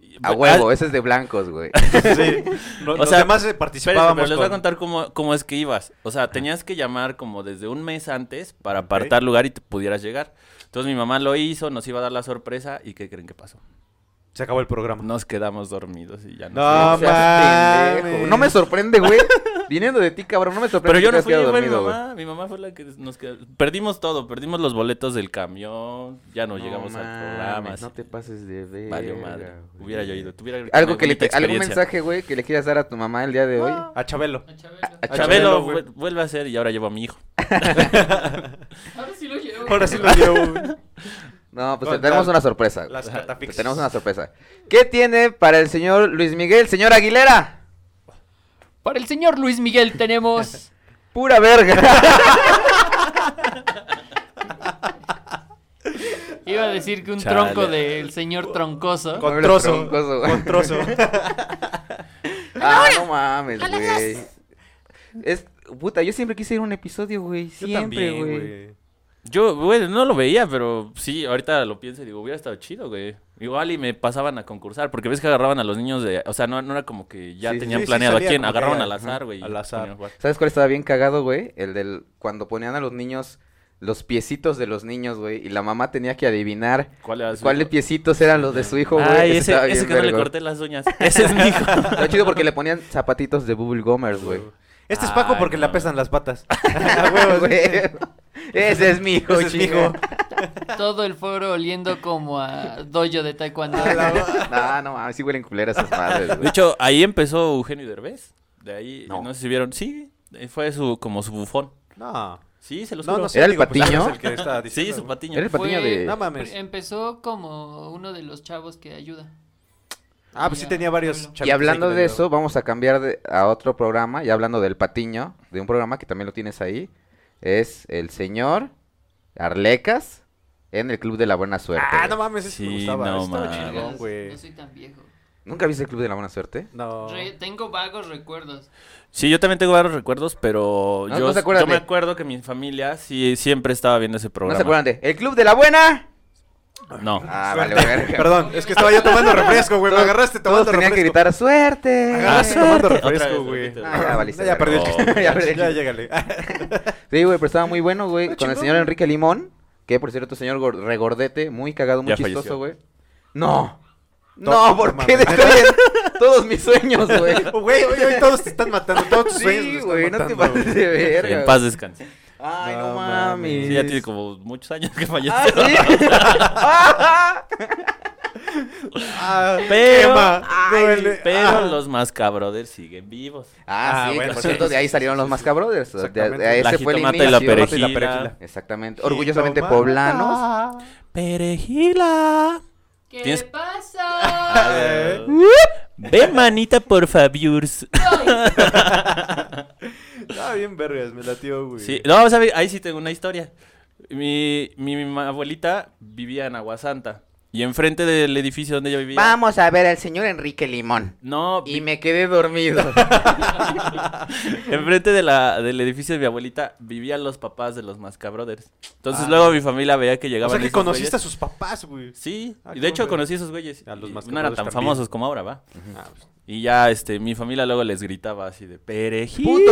D: Y-
B: A huevo,
D: Ah,
B: ese es de blancos, güey.
A: Sí. No-
D: O
A: los
D: sea,
A: demás eh,
D: espérense,
A: participábamos.
D: pero les voy a
A: con-
D: contar cómo, cómo es que ibas. O sea, tenías que llamar como desde un mes antes para apartar lugar y te pudieras llegar. Entonces mi mamá lo hizo, nos iba a dar la sorpresa y ¿qué creen que pasó?
A: Se acabó el programa.
D: Nos quedamos dormidos y ya no.
A: No.
B: O sea,
A: mames.
B: pendejo. No me sorprende, güey. Viniendo de ti, cabrón, no me sorprende.
D: Pero yo
B: que
D: no
B: te
D: fui,
B: hayas
D: fue mi
B: quedado dormido,
D: mamá. Mi mamá fue la que nos quedó. Perdimos todo, perdimos los boletos del camión, ya no,
B: güey.
D: llegamos
B: mames,
D: al programa.
B: No te pases de ver.
D: Valió madre. Hubiera yo ido. Tuviera
B: Algo
D: una
B: que le,
D: bonita
B: algún
D: experiencia.
B: mensaje, güey, que le quieras dar a tu mamá el día de hoy.
A: A Chabelo.
E: A Chabelo.
D: A
A: A
D: Chabelo
A: Chabelo,
D: vu-
A: güey.
D: vuelve a ser y ahora llevo a mi hijo.
E: Ahora sí lo llevo.
A: Ahora sí lo llevo. güey.
B: No, pues
A: No,
B: te tenemos
A: la-
B: una sorpresa. güey.
A: Las
B: Te
A: catapixes.
B: tenemos una sorpresa. ¿Qué tiene para el señor Luis Miguel, señor Aguilera?
E: Para el señor Luis Miguel tenemos.
B: Pura verga.
E: Iba a decir que un
D: Chale.
E: tronco del señor troncoso.
A: Con
B: Mueve los
A: trozo.
B: troncos, güey.
A: Con trozo.
B: ah, no mames, güey. Es puta, yo siempre quise ir a un episodio, güey.
A: Yo
B: Siempre,
A: también,
B: güey.
A: güey.
D: Yo, güey, no lo veía, pero sí, ahorita lo pienso y digo, hubiera estado chido, güey. Igual y me pasaban a concursar, porque ves que agarraban a los niños de... O sea, no, no era como que ya
B: Sí,
D: tenían
A: sí, sí,
D: planeado
A: salía
D: a quién,
A: como que
D: agarraban
A: era,
D: al azar,
A: ajá,
D: güey. y
A: al
D: los
A: azar.
D: ponían a jugar.
B: ¿Sabes cuál estaba bien cagado, güey? El del cuando ponían a los niños los piecitos de los niños, güey, y la mamá tenía que adivinar
D: ¿Cuál era su
B: cuáles
D: hijo?
B: piecitos eran los de su hijo, güey.
D: Ay,
B: Eso
D: ese,
B: estaba
D: ese
B: bien
D: que no le
B: vergo.
D: corté las uñas. Ese es mi hijo.
B: Estaba chido porque le ponían zapatitos de Bubble Gomers, güey.
A: Este es Paco
D: Ay,
A: porque
D: no.
A: le apestan las patas. A huevos.
B: Güey, Ese es mi hijo,
A: Ese es mi hijo.
B: chinga.
E: Todo el foro oliendo como a dojo de taekwondo.
B: No, no, mames, sí huelen culeras esas madres,
D: De
B: güey.
D: hecho, ahí empezó Eugenio Derbez. De ahí,
B: No.
D: no, sé si vieron. Sí, eh, fue su como su bufón.
A: No.
D: Sí, se los
A: No,
D: juro.
A: no sé.
B: ¿Era el
A: digo, pues,
B: patiño?
A: es el que estaba
D: Sí,
A: diciendo,
D: su
A: güey.
D: patiño.
B: Era el patiño
E: Fue-
B: de...
A: No mames.
E: Empezó como uno de los chavos que ayuda.
A: Ah, pues sí tenía varios chavitos ahí
B: Y
A: que
B: hablando
A: le
B: de
A: ayudaban.
B: eso, vamos a cambiar de- a otro programa. Y hablando del patiño, de un programa que también lo tienes ahí, es el señor Arlecas en el Club de la Buena Suerte.
A: Ah,
B: güey.
A: no mames, ese
D: Sí,
A: me gustaba.
D: no
A: Estaba
D: mames.
A: chingón,
E: Vergas,
A: güey.
E: No soy tan viejo.
B: ¿Nunca viste el Club de la Buena Suerte?
A: No.
E: Re- tengo vagos recuerdos.
D: Sí, yo también tengo varios recuerdos, pero
B: No,
D: yo,
B: no se acuerdan
D: yo me
B: de-
D: acuerdo que mi familia sí siempre estaba viendo ese
B: ¿No
D: programa.
B: se acuerdan de El Club de la Buena?
D: No.
B: Ah,
A: Suerte.
B: vale, verga.
A: Perdón, es que estaba yo tomando refresco, güey. Me
B: Todos-
A: agarraste
B: Todos
A: tomando
B: tenían
A: refresco.
B: que gritar ¡Suerte!
A: Me agarraste
D: Ah,
A: tomando
D: suerte. Otra
A: refresco,
D: vez,
A: güey.
D: repite.
B: Ah, ya valiste
A: ya perdí el
D: verga.
A: chiste.
B: Ya
A: Ya,
B: perdí el
A: ya
B: chiste.
A: llégale. Ah,
B: Sí, güey, pero estaba muy bueno, güey.
A: Está
B: Con el
A: chingón,
B: señor
A: güey.
B: Enrique Limón, que por cierto, señor gor- regordete, muy cagado, muy
D: Ya
B: chistoso,
D: falleció.
B: güey. No.
A: No,
B: No, ¿por
A: no
B: qué
A: mames.
B: destruyen todos mis sueños, güey?
A: Güey, hoy, hoy todos te están matando. Todos tus sueños te
B: Sí,
A: están
B: güey, no te
A: matando,
B: pases de verga.
D: En
B: güey.
D: paz descanse.
B: Ay, no,
A: No
B: mames.
D: Sí, ya tiene como muchos años que falleció.
B: Ah, ¿sí? Ah,
A: Ah,
D: Pero-
A: quema,
B: ay,
A: duele,
D: Pero
A: ah.
D: los más cabrothers siguen vivos.
B: ah,
A: Ah,
B: sí, que
A: bueno,
B: por
A: sí,
B: cierto,
A: sí,
B: de ahí salieron los Masca Brothers. De- de- de-
A: Exactamente.
B: ese
D: la
B: fue el
D: jitomate y
B: inicio.
D: la
A: jitomate y la
D: perejila.
A: perejila.
B: Exactamente. Orgullosamente
A: Jitomate.
B: poblanos.
D: Perejila.
E: ¿Qué
D: Tienes-
E: pasa?
A: Eh,
D: Uh, Ve manita por Fabiurs.
A: Estaba bien vergas, me latió, güey.
D: Sí, no, ¿sabe? ahí sí tengo una historia. Mi, mi, mi abuelita vivía en Aguasanta y enfrente del edificio donde yo vivía.
B: Vamos a ver al señor Enrique Limón.
D: No,
B: Y
D: vi-
B: me quedé dormido.
D: enfrente de la, del edificio de mi abuelita vivían los papás de los Mascabrothers. Entonces
A: Ah.
D: luego mi familia veía que
A: O
D: llegaban
A: sea que
D: esos
A: conociste a
D: güeyes.
A: sus papás, güey.
D: Sí,
A: Ah,
D: y
A: qué
D: de hecho
A: bueno.
D: conocí a esos güeyes.
A: A los
D: y
A: Mas
D: no eran
A: Cabrothers
D: tan
A: también.
D: famosos como ahora, va.
A: Ah, pues,
D: Y ya, este, mi familia luego les gritaba así de perejil.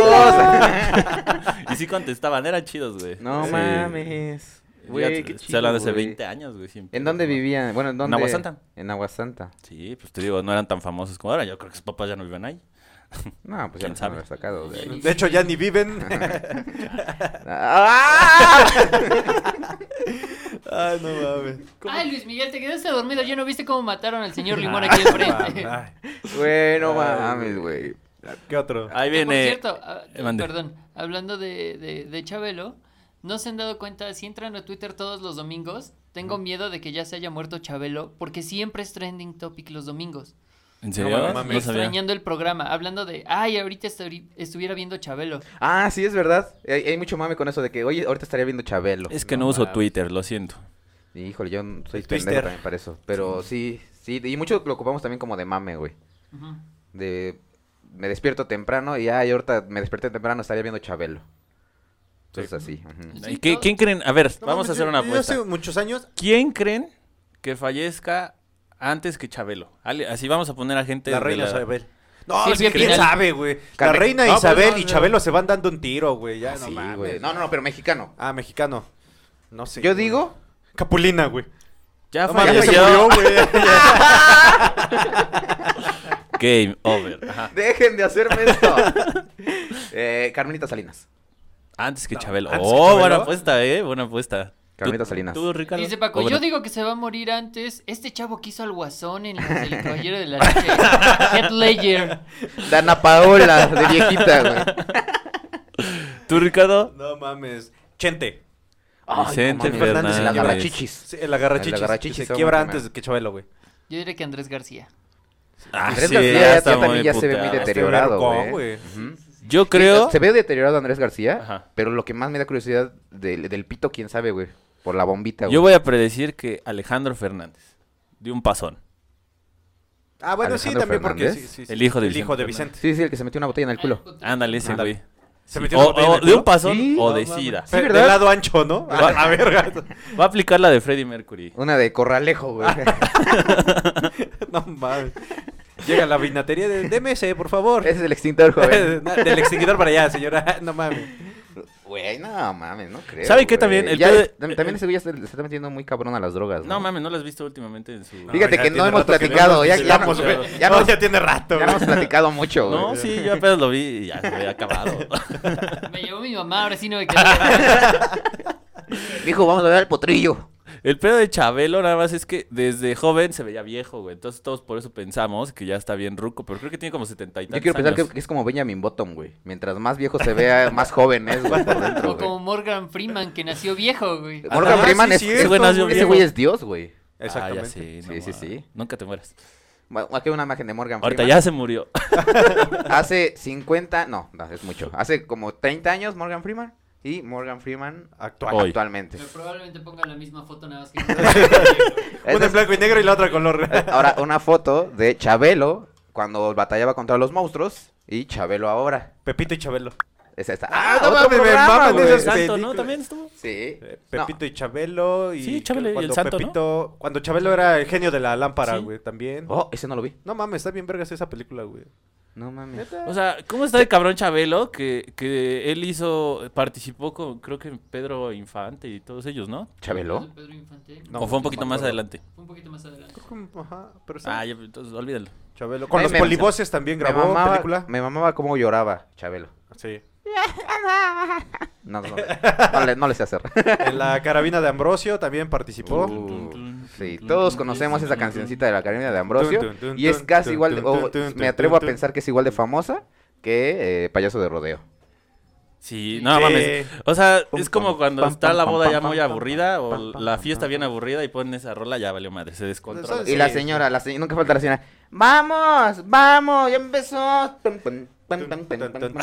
D: y sí contestaban, eran chidos, güey.
B: No
D: Sí.
B: mames.
D: Güey,
B: Güey, qué chido,
D: hablando hace
B: güey.
D: 20 años, güey. sin
B: ¿En
D: pedos,
B: dónde
D: ¿no?
B: vivían? Bueno, ¿en dónde?
D: Aguasanta.
B: En Aguasanta.
D: Sí, pues te digo, no eran tan famosos como ahora. Yo creo que sus papás ya no viven ahí.
B: No, pues ya
D: ¿Quién
B: nos han
D: sabe?
B: sacado de ahí.
A: De hecho, ya ni viven.
B: ¡Ah!
A: Ay, Ah, no mames.
E: Ay, Luis Miguel, te quedaste dormido. Ya no viste cómo mataron al señor Limón aquí enfrente.
A: Ay,
B: Bueno, mames, güey.
A: ¿Qué otro?
D: Ahí
E: Que,
D: viene.
E: Por cierto, ah,
D: eh, mande.
E: perdón, hablando de, de, de Chabelo, ¿no se han dado cuenta? Si entran a Twitter todos los domingos, tengo miedo de que ya se haya muerto Chabelo, porque siempre es trending topic los domingos.
D: ¿En
A: No
D: serio? No,
A: mames.
D: sabía.
E: Extrañando el programa, hablando de, ay, ahorita estu- estuviera viendo Chabelo.
B: Ah, sí, es verdad. Hay, hay mucho mame con eso de que, oye, ahorita estaría viendo Chabelo.
D: Es que
A: No
D: no, uso
A: mames.
D: Twitter, lo siento.
B: Y, Híjole, yo no soy
A: Twister.
B: pendejo también para eso. Pero sí, sí. Y mucho lo ocupamos también como de mame, güey.
E: Ujú.
B: De... Me despierto temprano y, ay, ahorita me desperté temprano, estaría viendo Chabelo. Entonces así. ujú.
E: Sí,
D: ¿Y qué-
E: todo-
D: ¿Quién creen? A ver,
A: No
D: vamos
A: mames,
D: a hacer
A: yo-
D: una
A: yo
D: apuesta.
A: Hace muchos años.
D: ¿Quién creen que fallezca antes que Chabelo? Ale- Así vamos a poner a gente.
A: La
D: de
A: reina Isabel. No,
E: Sí,
A: es
E: sí,
A: que quién
E: crees.
A: sabe, güey. La
B: Carmen-
A: reina
B: No, pues,
A: Isabel
B: no,
A: y
B: no.
A: Chabelo se van dando un tiro, güey. Ya, no
B: Sí,
A: mames.
B: güey. No, no, no, pero mexicano.
A: Ah, mexicano. No sé.
B: Yo
A: güey.
B: digo...
A: Capulina, güey.
D: Ya
A: No mames, ya se
D: falleció.
A: murió, güey.
D: Game over. Ajá.
B: Dejen de hacerme esto. Eh, Carmelita Salinas.
D: Antes que Chabelo.
A: antes que
D: oh,
A: Chabelo.
D: buena apuesta, eh. Buena apuesta.
B: Carmelita
D: ¿Tú-
B: Salinas.
D: ¿Tú, Ricardo?
E: Dice Paco,
D: Oh, bueno.
E: yo digo que se va a morir antes este chavo que hizo al guasón en las del Caballero de la Noche. Heath Ledger.
B: Dana Paola, de viejita, güey.
D: ¿Tú, Ricardo?
A: No mames. Chente.
B: Ay,
D: Vicente
B: no mames,
D: Fernández.
B: La garra chichis.
A: Sí, el agarrachichis.
B: El agarrachichis
A: que
B: se
A: se
B: va a
A: quiebra
B: comer.
A: antes que Chabelo, güey.
E: Yo diré que Andrés García.
D: Ah,
B: Andrés
D: sí,
B: García
D: ya
B: ya,
D: está
B: también
D: muy
B: ya se ve muy
D: puteado.
A: Este
B: deteriorado,
A: vergón,
B: güey.
A: güey.
B: Ujú.
D: Yo creo.
B: Se ve deteriorado Andrés García,
D: Ajá.
B: pero lo que más me da curiosidad del, del pito, quién sabe, güey. Por la bombita, güey.
D: Yo voy a predecir que Alejandro Fernández dio un pasón.
A: Ah, bueno, sí,
B: Alejandro
A: también porque
B: Fernández.
A: sí, sí, sí.
D: El hijo de
A: El
D: Vicente
A: hijo de
D: Fernández.
A: Vicente.
B: Sí, sí, el que se metió una botella en el culo.
D: Ándale ese
A: Ándale.
D: güey.
A: Se
D: Sí,
A: metió una
D: o-
A: botella en
D: o
A: el
D: de
A: culo.
D: un pasón
B: Sí.
D: o
B: No
D: de sida.
B: Sí,
A: Del
B: ¿verdad?
A: lado ancho, ¿no? A la verga.
D: Va a aplicar la de Freddie Mercury.
B: Una de corralejo, güey.
A: No mames. Llega la vinatería de DMS, por favor.
B: Ese es el extintor, joven.
A: Del extinguidor para allá, señora. No mames.
B: Güey, no mames, no creo.
D: ¿Saben qué
B: güey.
D: también? El
B: Ya
D: pedo-
B: es- tam- también ese güey ya se, se está metiendo muy cabrón a las drogas, ¿no?
D: No mames, no lo has visto últimamente en su.
B: Fíjate
A: ya
B: que no
A: tiene
B: hemos
A: rato que
B: platicado,
A: no
B: ya-
A: nos
B: ya
A: enteramos,
D: hemos-
A: güey.
B: ya
A: No,
B: nos-
A: ya tiene rato.
B: Ya
A: güey.
B: hemos platicado mucho, güey.
D: No, sí, yo apenas lo vi y ya se había acabado.
E: Me llevó mi mamá, ahora sí no me quedo.
B: Dijo, vamos a ver al potrillo.
D: El pedo de Chabelo nada más es que desde joven se veía viejo, güey. Entonces todos por eso pensamos que ya está bien ruco, pero creo que tiene como setenta y
B: Yo
D: tantos
B: quiero pensar que,
D: años.
B: que es como Benjamin Bottom, güey. Mientras más viejo se vea, más joven es, güey, por dentro,
E: O
B: güey.
E: como Morgan Freeman, que nació viejo, güey.
B: Morgan
A: Ah,
B: Freeman
A: sí,
B: es...
A: cierto,
B: es-
D: güey, nació
B: ese
D: viejo.
B: güey es Dios, güey.
A: Exactamente.
D: Ah, ya sé,
B: Sí, sí,
D: ma.
B: sí.
D: Nunca te mueras.
B: Bueno, Aquí hay una imagen de Morgan
D: Ahorita
B: Freeman.
D: ya se murió.
B: Hace 50... No, no, es mucho. Hace como 30 años Morgan Freeman. Y Morgan Freeman actua-
D: Hoy.
B: actualmente.
E: Pero probablemente ponga la misma foto nada más que
B: Esa
A: Una en
B: es-
A: blanco y negro y la otra color.
B: Ahora, una foto de Chabelo cuando batallaba contra los monstruos y Chabelo ahora.
A: Pepito y Chabelo.
B: Es esta.
A: Ah,
B: ¡Ah,
A: no
B: otro
A: mames, me
B: programa,
A: maman
B: güey!
A: esas-
D: Santo, ¿no?
A: películas.
D: También estuvo.
B: Sí.
A: Eh,
B: No.
A: Pepito y Chabelo y
D: Sí, Chabelo y
A: cuando
D: el santo, ¿no?
A: Pepito, cuando Chabelo era el genio de la lámpara,
D: Sí.
A: güey, también.
B: Oh, ese no lo vi.
A: No mames, está bien vergas esa película, güey.
B: No mames.
A: Neta.
D: O sea, ¿cómo está el cabrón Chabelo que, que él hizo, participó con, creo que
C: Pedro Infante y todos ellos, ¿no?
B: ¿Chabelo?
E: Pedro Infante.
A: No,
C: o fue un
A: no me
C: poquito más
A: acuerdo.
C: adelante.
E: Fue un poquito más adelante.
A: Ajá, pero sí.
C: Ah, ya, entonces olvídalo.
A: Chabelo. Con
B: Ay,
A: los
B: me-
A: polivoces también
B: Me
A: grabó
B: mamaba,
A: película.
B: me mamaba cómo lloraba Chabelo.
A: Sí.
B: No, no, no, no le, no le sé hacer.
A: En la carabina de Ambrosio también participó.
B: Uh, sí, todos conocemos esa cancioncita de la Academia de Ambrosio.
A: Tun, tun, tun,
B: Y es
A: tun,
B: casi
A: tun,
B: igual, de-
A: tun,
B: o
A: tun, tun,
B: me
A: tun,
B: atrevo a
A: tun.
B: pensar que es igual de famosa que eh, Payaso de Rodeo.
C: Sí,
E: Sí.
C: no mames.
A: Eh,
C: O sea,
B: Pum,
C: es como
B: pam,
C: cuando
B: pam,
C: está
B: pam,
C: la
B: pam,
C: boda ya
B: pam,
C: muy
B: pam,
C: aburrida
B: pam,
C: o
B: pam,
C: la
B: pam,
C: fiesta
B: pam,
C: bien
B: pam.
C: aburrida y ponen esa rola, ya valió madre, se descontrola.
A: Sí,
B: y la
A: sí.
B: señora, la se- nunca falta la señora. ¡Vamos! ¡Vamos! ¡Ya empezó! Pum, pum, pum, pum, pum, pum, pum.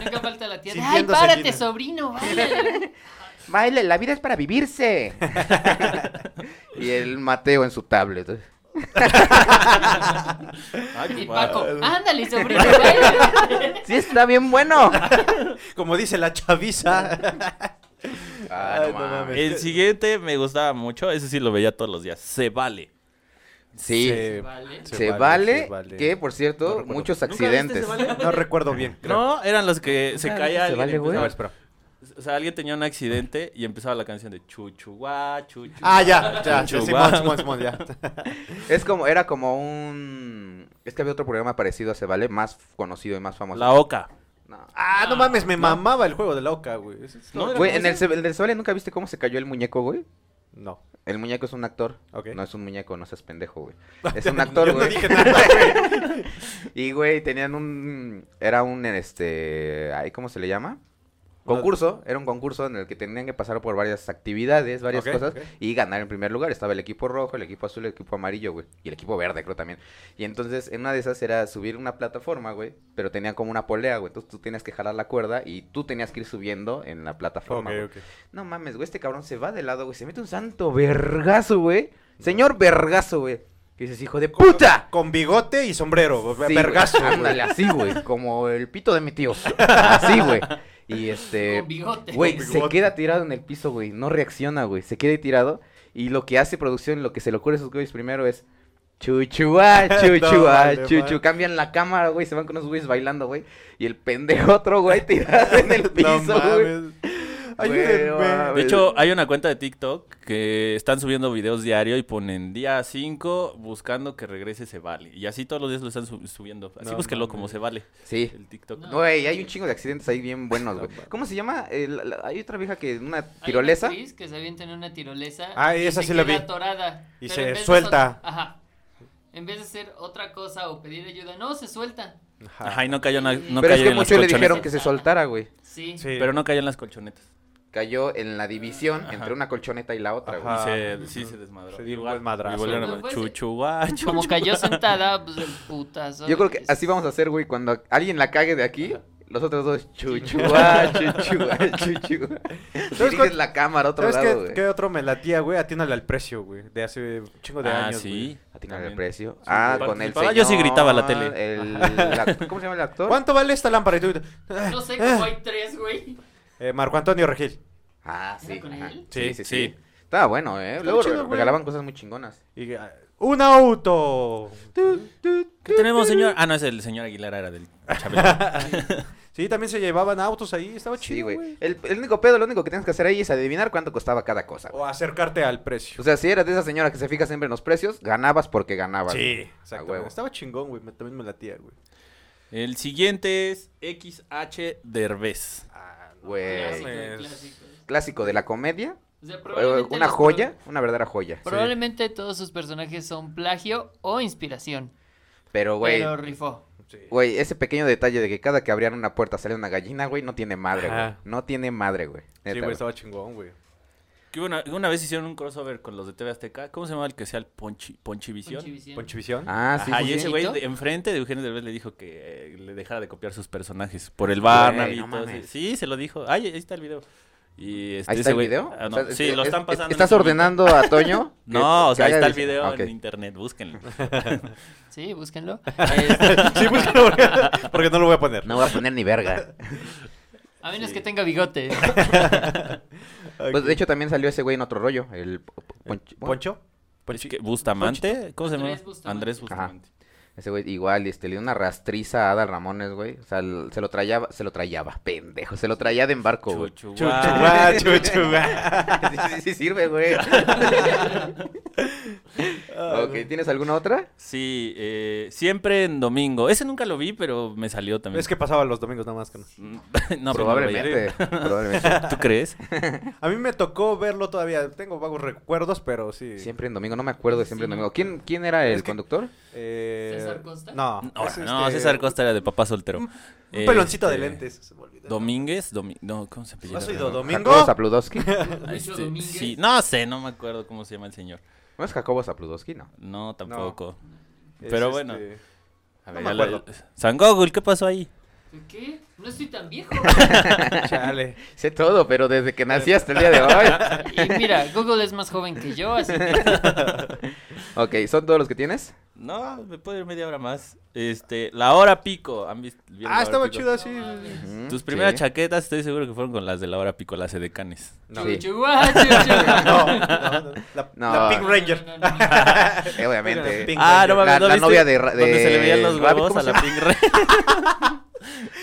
E: Y nunca falta la tía. de, Ay,
A: Sintiéndose
E: párate,
A: Gina".
E: sobrino. Vaya.
B: Baile, la vida es para vivirse. y el Mateo en su tablet.
D: Ay,
E: Y
D: qué
E: Paco,
D: padre.
E: ándale, sobrino. vaya.
B: Sí, está bien bueno.
A: Como dice la chaviza.
B: Ay, Ah, no mames.
C: El siguiente me gustaba mucho, ese sí lo veía todos los días. Se vale.
B: Sí.
E: ¿Se vale?
B: Se,
A: Se
B: vale,
A: vale, se vale.
B: que, por
A: No
B: cierto,
A: recuerdo.
B: muchos
D: ¿Nunca viste
B: accidentes.
D: Se Vale?
A: No recuerdo bien. creo.
D: No, eran los que se
B: Nunca
D: caía
B: viste Se
D: alguien.
B: Vale,
D: y empezaba-
A: A ver, espera.
D: O sea, alguien tenía un accidente y empezaba la canción de chuchuá, chuchu.
A: Ah, ya, ya, sí,
D: Chuchu,
A: Simón,
D: va.
A: Simón, Simón, ya.
B: Es como, era como un... Es que había otro programa parecido a Se Vale, más conocido y más famoso.
D: La oca.
B: No.
A: Ah, no mames, me mamaba el juego de la oca, güey. Ese es-
D: No, era
B: Güey,
D: como
B: en el,
D: ese.
B: Se- el del Se Vale nunca viste cómo se cayó el muñeco, güey.
A: No.
B: El muñeco es un actor.
A: Ok.
B: No es un muñeco, no seas pendejo, güey. Es un actor,
A: Yo no
B: güey.
A: dije nada.
B: y, güey, tenían un... Era un, este... ay, ¿Cómo se le llama? Concurso. Era un concurso en el que tenían que pasar por varias actividades, varias
A: Ok,
B: cosas.
A: ok.
B: Y ganar en primer lugar. Estaba el equipo rojo, el equipo azul, el equipo amarillo, güey. Y el equipo verde, creo también. Y entonces, en una de esas era subir una plataforma, güey. Pero tenía como una polea, güey. Entonces, tú tenías que jalar la cuerda y tú tenías que ir subiendo en la plataforma,
A: Ok,
B: güey.
A: ok.
B: No mames, güey, este cabrón se va de lado, güey. Se mete un santo vergazo, güey. Señor vergazo, güey. Que dices, hijo de puta.
A: Con bigote y sombrero, güey,
B: Sí, güey,
A: vergazo, güey.
B: Ándale, así, güey. Como el pito de mi tío. Así, güey. Y este.
E: Con bigote.
B: Güey,
A: Con
B: se
A: bigote.
B: queda tirado en el piso, güey. No reacciona, güey. Se queda ahí tirado. Y lo que hace producción, lo que se le ocurre a esos güeyes primero es. Chuchuá,
A: No,
B: chuchuá,
A: vale,
B: chuchu.
A: vale.
B: Cambian la cámara, güey. Se van con unos güeyes bailando, güey. Y el pendejo otro, güey, tirado en el piso, güey.
A: Ayúdenme.
B: Güey, no
D: De hecho, hay una cuenta de TikTok que están subiendo videos diario y ponen día 5 buscando que regrese Se Vale. Y así todos los días lo están sub- subiendo. Así
A: No
D: búsquelo
A: mames.
D: como Se Vale.
B: Sí.
D: El TikTok.
E: No.
B: Güey, hay un chingo de accidentes ahí bien buenos,
A: No
B: güey.
D: Ah,
A: mames.
B: ¿Cómo se llama? El- la- hay otra vieja que una
E: Hay una
B: tirolesa.
E: actriz que se avienta en una tirolesa.
A: Ah, y
E: y
A: esa
E: se
A: sí la
E: queda
A: vi.
E: atorada,
A: Y
E: pero
A: se
E: en vez de
A: suelta.
E: sol- Ajá. En vez de hacer otra cosa o pedir ayuda, no, se suelta.
D: Ajá, y no cayó, na- no
B: pero es que
D: cayó en las
B: muchos le
D: colchonetas.
B: dijeron que se soltara, güey.
E: Sí.
A: Sí.
D: Pero no cayó en las colchonetas.
B: Cayó en la división entre una colchoneta y la otra, güey.
A: Ajá.
D: Y se, sí, Ah, se desmadró.
A: Se dio un
D: Igual-
A: buen madrazo.
D: y volvieron a-
E: Pues, pues,
D: chuchu, guacho.
E: Como cayó sentada, pues el putazo.
B: Yo creo que
E: de
B: así vamos a hacer, güey. Cuando alguien la cague de aquí, los otros dos, ah, chuchua, chuchua, chuchua. Diriges
A: cuál-
B: la cámara a otro
A: ¿Sabes
B: lado,
A: qué,
B: güey.
A: qué otro me latía, güey? Atiéndale al precio, güey. De hace un chingo de
D: Ah,
A: años.
D: sí.
A: güey.
B: Atinar el
D: También.
B: precio. ah,
D: sí,
B: con el
D: participaba.
B: señor.
D: Yo sí gritaba a la tele.
B: el- la- ¿Cómo se llama el actor?
A: ¿Cuánto vale esta lámpara? Y tú- "Ah,
E: esos. No sé, como hay tres, güey.
A: Eh, Marco Antonio Regil.
B: Ah,
E: ¿Era
B: sí.
E: con
B: ajá.
E: él?
B: Sí,
D: Sí,
B: sí,
D: sí.
B: sí. Estaba bueno, ¿eh? Luego
A: chido,
B: re-
A: güey.
B: regalaban cosas muy chingonas.
A: Y, ah, ¡Un auto!
D: ¿Qué tenemos, señor? Ah, no, es el señor Aguilar, era del Chabelo.
A: Sí, también se llevaban autos ahí. Estaba
B: Sí,
A: chido,
B: güey.
A: güey.
B: El, el único pedo, lo único que tienes que hacer ahí es adivinar cuánto costaba cada cosa. güey.
A: O acercarte al
B: O
A: precio.
B: sea, si eras de esa señora que se fija siempre en los precios, ganabas porque ganabas.
A: Sí,
B: güey.
A: exactamente.
B: A huevo.
A: Estaba chingón, güey. me- También me latía, güey.
D: El siguiente es XH Derbez.
A: Ah, no
B: Güey.
A: mames.
D: Pues,
E: Clásico, clásico.
B: Clásico de la comedia.
E: O sea,
B: eh,
E: probablemente
B: Una
E: los-
B: joya, una verdadera joya.
E: Probablemente todos sus personajes son plagio o inspiración.
B: Pero, güey,
E: Pero rifó.
A: Sí.
B: güey, ese pequeño detalle de que cada que abrían una puerta salía una gallina, güey, no tiene madre, güey.
A: Ajá.
B: No tiene madre, güey. Neta,
A: Sí, güey,
B: güey.
A: estaba chingón, güey.
D: Que una, una vez hicieron un crossover con los de TV Azteca. ¿Cómo se llama el que sea el Ponchi, Ponchivisión?
E: Ponchivisión.
A: Ponchivisión.
B: Ah, sí,
D: Ajá,
B: sí,
D: y
B: sí.
D: ese
E: sí.
D: güey de- enfrente de Eugenio Derbez le dijo que eh, le dejara de copiar sus personajes por el Barnaby.
B: no
D: y todo eso.
B: mames.
D: sí, se lo dijo. Ay, ahí está el video. Y este,
B: Ahí
D: ese
B: está el
D: güey-
B: video.
D: Ah, no,
B: O sea,
D: sí,
B: es-
D: lo
B: es-
D: están
B: es-
D: pasando. en
B: ¿Estás
D: ese
B: ordenando a Toño?
D: momento. No, o sea, ahí
B: Que
D: está el
B: haga- Ah,
D: video
B: Ok.
D: en internet, búsquenlo.
E: Sí, búsquenlo. Este,
A: Sí, búscalo, porque, porque no lo voy a poner.
B: No voy a poner ni verga.
E: a menos que tenga bigote.
B: Pues de hecho también salió ese güey en otro rollo,
D: Eh,
B: el po- po- Ponch-
A: ¿Poncho?
D: Es que Bustamante, ¿cómo se llama?
E: Andrés Bustamante.
D: Andrés Bustamante.
B: Ese güey igual, este, le dio una rastriza a Adal Ramones, güey. O sea, el- se lo trayaba, se lo trayaba, pendejo. Se lo traía de embarco, güey.
D: Chuchu, Ah,
A: Chuchuá,
D: guau.
A: chuchuá.
B: sí, sí, sí sirve, güey.
A: Ah,
B: ok, ¿tienes alguna
D: pues
B: otra?
D: Sí, eh, siempre en domingo. Ese nunca lo vi, pero me salió también.
A: Es que pasaba los domingos nada más que no.
D: no, pues no lo
B: probablemente, probablemente.
D: veía. ¿Tú crees?
A: A mí me tocó verlo todavía. Tengo vagos recuerdos, pero sí.
B: Siempre en domingo, no me acuerdo de siempre en
E: Sí, no.
B: domingo. ¿Quién, quién era el
A: Es que-
B: conductor?
A: Eh,
E: ¿César Costa?
A: No,
D: No,
A: es
D: no,
A: este-
D: César Costa era de papá soltero.
A: Un- Un
D: Eh,
A: peloncito de
D: este,
A: lentes. se me olvidó.
D: Domínguez, Domi- no, ¿cómo se apellida?
A: No soy do-
B: Jacobo
A: domingo.
B: Zapludowski.
D: Ah, este,
E: Lucho Domínguez.
D: sí, no sé, no me acuerdo cómo se llama el señor.
B: ¿No es Jacobo Zapludowski? No.
D: No, tampoco.
A: Es
D: Pero
A: este-
D: bueno.
A: No
D: A ver,
A: me
D: ya la-
A: acuerdo.
D: San Gogol, ¿qué pasó ahí?
E: ¿Qué? No estoy tan viejo.
A: Chale.
B: Sé todo, pero desde que nací hasta el día de hoy.
E: Y mira, Google es más joven que yo, así que
B: ok, ¿son todos los que tienes?
D: No, me puedo ir media hora más. este La hora pico. ¿han visto- vieron La
A: Ah,
D: Hora
A: estaba
D: Pico?
A: chido así.
B: Ujú,
D: Tus primeras
B: Mm, sí.
D: chaquetas estoy seguro que fueron con las de la hora pico, las de canes.
A: No.
B: Sí.
E: Chuchuá, chuchuá.
A: No, no, no, La,
B: No.
A: la
E: No,
A: Pink
E: no,
A: Ranger.
E: no, no, no.
B: Eh, obviamente.
A: Pink
D: Ah,
A: Ranger.
D: no mames,
B: La-
D: ¿no
B: la
D: viste
B: novia de Ra-
D: Donde se le veían los
B: de Rabbit,
D: huevos
B: ¿cómo
D: a
B: se
D: la Pink Ranger.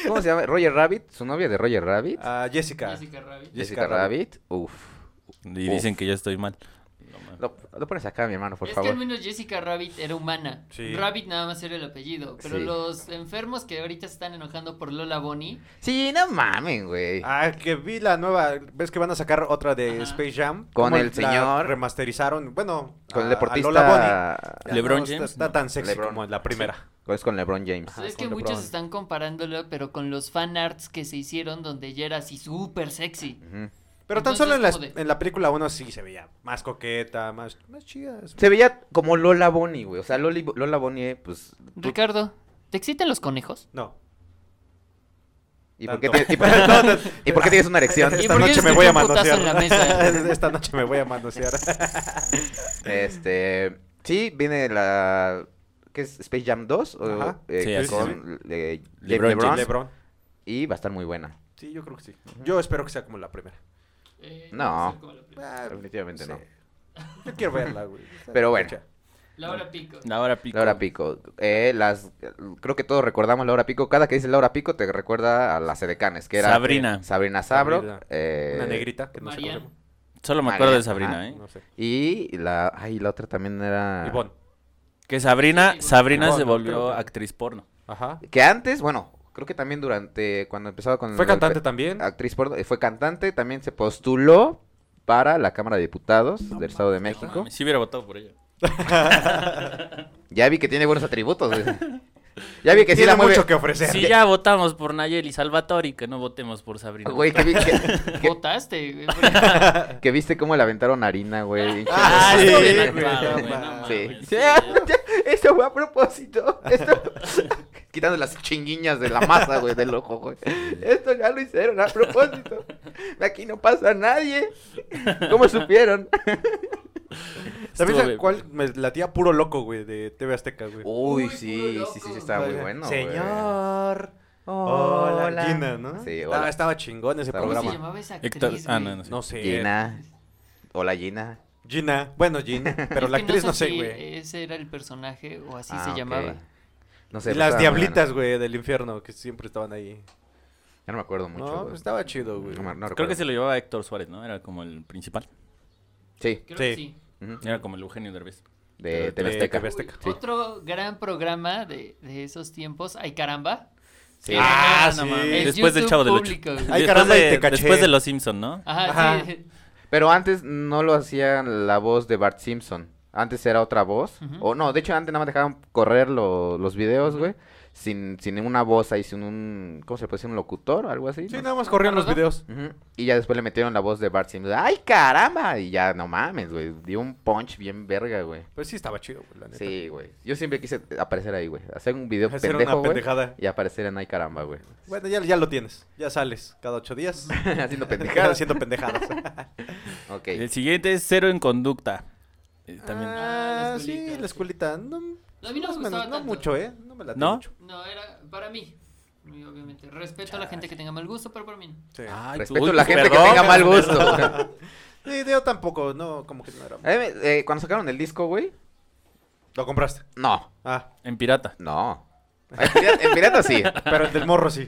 B: ¿Cómo se llama? Roger Rabbit, su novia de Roger Rabbit.
A: Ah, Jessica.
E: Jessica Rabbit.
B: Jessica,
A: Jessica
B: Rabbit. Uf.
D: Y dicen que yo estoy mal. No mames.
B: Lo, lo pones acá, mi hermano, por
E: es que
B: favor.
E: al menos Jessica Rabbit era humana.
A: Sí.
E: Rabbit nada más era el apellido. Pero
B: Sí.
E: los enfermos que ahorita están enojando por Lola Bonnie.
B: Sí, no mamen, güey.
A: Ah, que vi la nueva. ¿Ves que van a sacar otra de
E: Ajá.
A: Space Jam?
B: Con
A: Cómo
B: el
A: la
B: señor.
A: Remasterizaron. Bueno,
B: con el
A: a- a Lola
B: deportista.
A: Bunny. Ya
D: LeBron
A: no está-
D: James,
A: Está,
D: no.
A: tan sexy
B: LeBron.
A: como en la primera.
B: Es con LeBron James.
A: Ajá.
E: Sabes
A: con
E: que muchos
A: LeBron.
E: están comparándolo, pero con los fan arts que se hicieron donde ella era así súper sexy.
B: Ujú.
A: Pero tan
E: Entonces,
A: solo en la,
E: como de-
A: en la película 1 sí se veía más coqueta, más, más chida.
B: Se veía como Lola Bonnie, güey. O sea, Loli- Lola Bonnie, eh, pues. tú-
E: Ricardo, ¿te excitan los conejos?
A: No.
B: ¿Y por qué
A: tanto.
B: tienes- y por- ¿y por qué tienes una erección?
E: ¿Y
A: Esta
E: por qué
A: noche me
E: escuché
A: voy a
E: un putazo
A: manosear.
E: en la mesa?
A: Esta noche me voy a manosear.
B: Este, sí, viene la ¿qué es Space Jam 2 o,
A: Ajá.
B: eh,
D: Sí, así
B: con eh, Jake
D: LeBron
B: LeBron,
D: James.
A: LeBron.
B: y va a estar muy buena.
A: Sí, yo creo que sí. Yo espero que sea como la primera.
E: Eh,
B: No.
E: sé cómo lo pienso.
A: Ah,
B: Definitivamente
A: sí.
B: no.
A: Yo quiero verla, güey.
B: Pero bueno.
E: La hora pico.
D: La hora pico.
B: La hora pico. Eh, las creo que todos recordamos la hora pico. Cada que dice la hora pico te recuerda a las edecanes, que era
D: Sabrina.
B: Sabrina Sabro,
A: Sabrina.
B: eh,
A: Una negrita que no sé cómo se
E: Mariana.
A: llama.
D: Solo me acuerdo
B: María,
D: de Sabrina,
B: ajá.
D: ¿eh?
A: No sé.
B: y la ay, la otra también era
A: Ivonne.
D: Que Sabrina,
E: Sí, sí,
D: Sabrina
A: no, no,
D: se
A: creo
D: volvió
A: que-
D: actriz porno.
A: Ajá.
B: que antes, bueno, creo que también durante cuando empezaba con
A: Fue
B: el-
A: cantante también.
B: actriz porno, eh, fue cantante, también se postuló para la Cámara de Diputados del Estado de
D: No
B: México.
D: mames, sí hubiera votado por ella.
B: Ya vi que tiene buenos atributos. güey. Ya vi que sí
A: Tiene
B: la mueve.
A: mucho que ofrecer.
D: Si ya votamos por Nayeli Salvatore, que no votemos por Sabrina.
B: Güey, que, vi- que- que-
E: Votaste, güey.
B: que viste cómo le aventaron harina, güey.
A: Ah,
D: sí,
A: sí,
D: güey,
A: güey,
D: güey,
A: no
D: güey, no
A: mames.
B: Sí.
D: mames,
B: Sí, ya, Eso fue a propósito. Esto- Quitando las chinguiñas de la masa, güey, del ojo, güey. Esto ya lo hicieron a propósito. Aquí no pasa nadie. ¿Cómo supieron?
A: ¿Sabes
D: Estuvo
A: a cuál? Me latía puro loco, güey, de TV Azteca, güey.
B: Uy,
E: Uy,
B: sí,
E: puro
B: sí, sí, sí,
E: loco.
B: está muy bueno, güey.
A: Señor. Hola, Ah, este,
B: Hola.
A: Gina, ¿no?
B: Sí,
A: Estaba-
B: hola.
A: Estaba chingón ese
B: Estaba-
E: ¿Cómo se
A: programa.
E: llamaba esa actriz,
D: Héctor- ah,
E: güey?
D: no, no sé.
A: No sé.
B: Gina. Hola, Gina.
A: Gina. Bueno, Gina. Pero
E: Es
A: la
E: que
A: actriz no sé,
E: si
A: güey.
E: Ese era el personaje o así
B: Ah,
E: se
B: ok.
E: llamaba.
B: No sé.
A: Y
B: pero
A: las
B: estaba
A: diablitas, güey, del infierno, que siempre estaban ahí.
B: buena. Ya no me acuerdo mucho.
A: no,
B: güey.
A: pues estaba chido, güey.
B: No me- no
D: Creo
B: recuerdo.
D: que se lo llevaba Héctor Suárez, ¿no? Era como el principal.
B: Sí.
E: Creo
A: Sí.
E: que sí.
B: ujú,
D: Era como el Eugenio Derbez.
B: De
A: de
B: TV Azteca.
A: TV
E: Uy,
A: Azteca.
B: Sí.
E: Otro gran programa de, de esos tiempos. Ay, caramba.
B: Sí.
A: Ah, sí.
E: El
D: Después del
E: YouTube
D: Chavo del Ocho.
E: público, güey.
A: Ay,
D: después,
A: caramba, y
D: de,
A: te caché.
D: después de Los Simpson, ¿no?
E: Ajá,
A: Ajá.
E: sí.
B: Pero antes no lo hacían la voz de Bart Simpson. Antes era otra voz.
E: Ujú.
B: O no, de hecho antes nada más dejaban correr lo- los videos, güey. Sin, sin una voz ahí, sin un... ¿Cómo se le puede decir? ¿Un locutor? ¿Algo así?
A: Sí,
B: ¿no?
A: nada más corrían los
E: ¿Verdad?
A: videos.
B: Ujú, Y ya después le metieron la voz de Bart Simpson. ¡Ay, caramba! Y ya, no mames, güey. Dio un punch bien verga, güey.
A: Pues sí, estaba chido, güey, la neta.
B: Sí, güey. Yo siempre quise aparecer ahí, güey. Hacer un video
A: Hacer
B: pendejo,
A: una
B: güey.
A: pendejada.
B: Y aparecer en Ay Caramba, güey.
A: Bueno, ya, ya lo tienes. Ya sales cada ocho días. Pendejada,
B: Haciendo pendejadas.
A: haciendo pendejadas.
B: ok.
D: El siguiente es Cero en Conducta. Eh, También.
A: Ah,
E: Ah, la
A: sí,
E: escuelita.
A: la escuelita. No,
E: No, a mí no
A: más
E: me
A: o menos,
E: gustaba
A: no
E: tanto.
A: mucho, ¿eh? No me la
D: ¿No?
A: mucho.
E: No, era para mí. Y Obviamente. Respeto a la gente que tenga mal gusto, pero para mí no.
A: Sí.
D: Ay,
B: Ah, Respeto
D: uy,
B: a la gente
D: perdón,
B: que tenga mal
D: perdón.
B: gusto. güey.
A: Sí, yo tampoco, no, como que no era.
B: A mí me- eh, cuando sacaron el disco, güey.
A: Lo compraste.
B: No,
A: Ah,
D: En pirata.
B: no. En pirata, en pirata sí.
A: pero el del morro sí.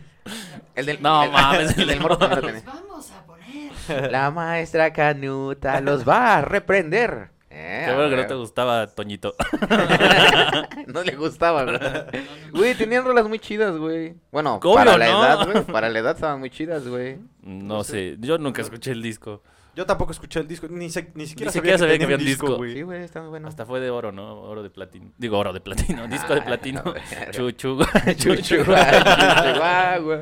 B: El del,
D: No
B: el-
D: mames,
B: el
D: el
B: del
D: del
B: morro también lo
E: Pues vamos a poner.
B: tenía. La maestra Canuta los va a reprender. Eh,
D: Qué bueno que
B: a
D: no te gustaba, Toñito.
B: ver. No le gustaba, güey.
E: No, no, no.
B: Güey, tenían rolas muy chidas, güey. Bueno,
D: Obvio,
B: para la
D: ¿no?
B: edad, güey. Para la edad estaban muy chidas, güey.
D: No sé. Yo nunca escuché el disco.
A: Yo tampoco escuché el disco, ni, se- ni siquiera
D: Ni siquiera sabía que
A: tenía
D: había un disco.
A: güey.
B: Sí, güey, está muy bueno.
D: Hasta fue de oro, ¿no? Oro de platino. Digo, oro de platino. Disco de
B: Ah,
D: platino.
B: a ver.
D: Chuchu. Chuchu.
B: Chihuahua, güey.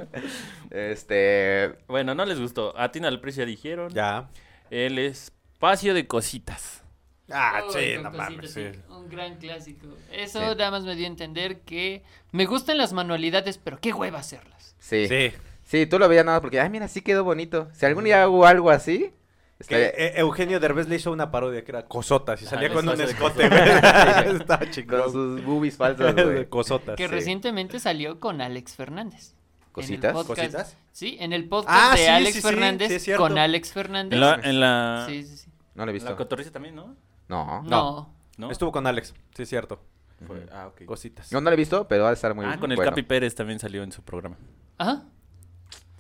B: Este.
D: Bueno, no les gustó. A Tina Alprecia dijeron.
A: Ya.
D: El espacio de cositas.
A: Ah,
E: Oh,
A: sí,
E: con
A: no
E: cositas,
A: mames.
E: sí,
A: sí.
E: Un gran clásico. Eso
B: Sí.
E: nada más me dio a entender que me gustan las manualidades, pero qué hueva hacerlas.
B: Sí. sí.
A: Sí.
B: tú lo veías nada más porque, ay, mira, sí quedó bonito. Si algún día hago algo así,
A: Que,
B: estaría-
A: eh, Eugenio Derbez le hizo una parodia que era Cosotas y salía
D: les
A: con un
D: hace de
A: escote, güey. Estaba
B: con
A: chingón.
B: sus boobies falsas, güey.
A: Cosotas.
E: Que
A: sí.
E: recientemente salió con Alex Fernández. En el
B: Cositas.
E: podcast-
A: ¿Cositas?
E: Sí, en el podcast
A: Ah,
E: de
A: sí,
E: Alex
A: sí, sí,
E: Fernández
A: sí, es cierto.
E: con Alex Fernández.
F: En la, en la,
E: Sí, sí, sí.
B: No lo he
D: En La
B: visto.
D: cotorriza también, ¿no?
B: No.
E: No.
B: No.
D: ¿No?
A: Estuvo con Alex, sí, es cierto.
D: Fue- Ah, ok.
A: Cositas.
B: No, no lo he visto, pero va a estar muy
D: ah, con el
B: bueno.
D: Capi Pérez también salió en su programa.
E: Ajá.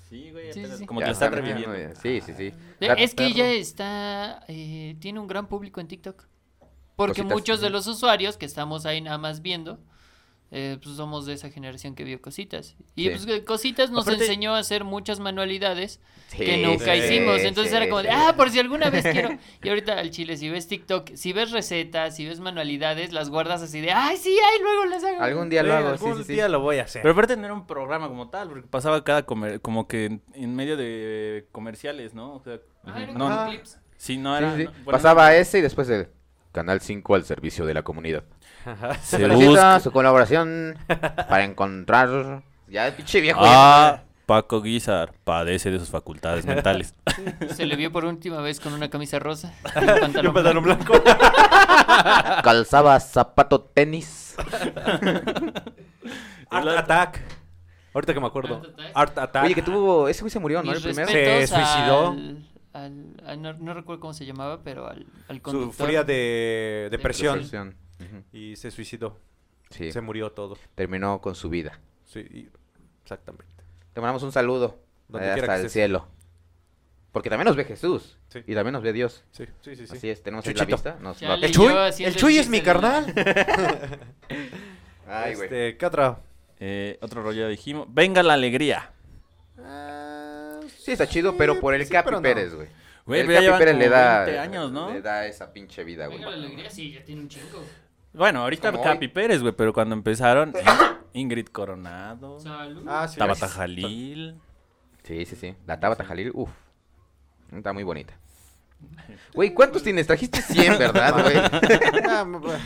D: Sí, güey,
E: Sí, apenas- sí, sí.
D: como
B: Ya,
D: que lo están
B: está bien,
D: reviviendo.
B: güey. Sí, sí, sí.
E: Eh,
B: Gato
E: Es que
B: perro.
E: ella está. eh, tiene un gran público en TikTok. Porque
B: Cositas.
E: muchos de los usuarios que estamos ahí nada más viendo. eh, pues somos de esa generación que vio cositas. Y
B: Sí.
E: pues que cositas nos
A: Aparte-
E: enseñó a hacer muchas manualidades
B: Sí,
E: que nunca
B: sí,
E: hicimos. Entonces
B: sí,
E: era como de,
B: sí.
E: ah, por si alguna vez quiero. Y ahorita al chile, si ves TikTok, si ves recetas, si ves manualidades, las guardas así de, ay, sí, ay, luego las hago.
B: Algún día lo
A: Sí,
B: hago, sí,
A: algún
B: sí, sí.
A: día lo voy a hacer.
D: Pero aparte no era un programa como tal, porque pasaba cada comer, como que en, en medio de comerciales, ¿no? O sea,
E: Ah, era
D: no,
E: como
D: no,
E: clips.
D: sí, no
B: Sí,
D: era.
B: sí, sí.
D: no, bueno,
B: Pasaba ese y después el Canal 5 al servicio de la comunidad.
D: Se
B: Solicita
D: busca.
B: su colaboración para encontrar. Ya, el pinche viejo.
D: Ah, Paco Guizar padece de sus facultades mentales.
E: Se le vio por última vez con una camisa rosa. y un pantalón
A: Yo pantalón
E: blanco.
A: blanco.
B: ya Calzaba zapato tenis.
A: Art Attack. Ahorita que me acuerdo.
E: Art Attack.
A: Art Attack.
B: Oye, que tuvo. Ese güey se murió, ¿no? El
E: Mis
B: primero.
A: respeto.
E: respetos
A: Se suicidó.
E: al- al- al- no, no recuerdo cómo se llamaba, pero al, al conductor.
A: Sufría de depresión
B: Depresión. Ujú.
A: y se suicidó.
B: Sí,
A: Se murió todo.
B: terminó con su vida.
A: Sí, y- exactamente.
B: Te mandamos un saludo.
A: Donde
B: eh,
A: quiera
B: hasta
A: que
B: el
A: estés.
B: cielo. Porque también nos ve Jesús.
A: Sí.
B: Y también nos ve Dios.
A: Sí, sí, sí. sí.
B: Así es, tenemos la
A: Chuchito.
B: vista. Nos,
E: Chale.
A: ¿El
E: Y
A: Chuy?
E: yo haciendo
A: ¿El Chuy
E: el
A: es mi
E: chiste del-
A: carnal?
B: Ay, güey.
A: Este, ¿Qué otra?
D: Eh, otro rollo ya dijimos. Venga la alegría.
B: Sí, está chido, pero por el
A: sí,
B: Capi
A: pero no.
B: Pérez, güey.
D: Güey,
B: el
D: pero ya
B: Capi
D: llevan
B: Pérez
D: como
B: le da.
D: 20 años, ¿no?
B: Le da esa pinche vida, güey.
E: Venga la alegría, sí, ya tiene un chingo.
D: Bueno, ahorita
B: Como
D: Capi
B: hoy.
D: Pérez, güey, pero cuando empezaron, Ingrid Coronado,
E: Salud.
A: Ah, sí.
D: Tabata Jalil.
B: Sí, sí, sí. La Tabata Jalil, uff. Está muy bonita. Güey, ¿cuántos tienes? Trajiste 100, ¿verdad, güey?
A: Ah, m- bueno.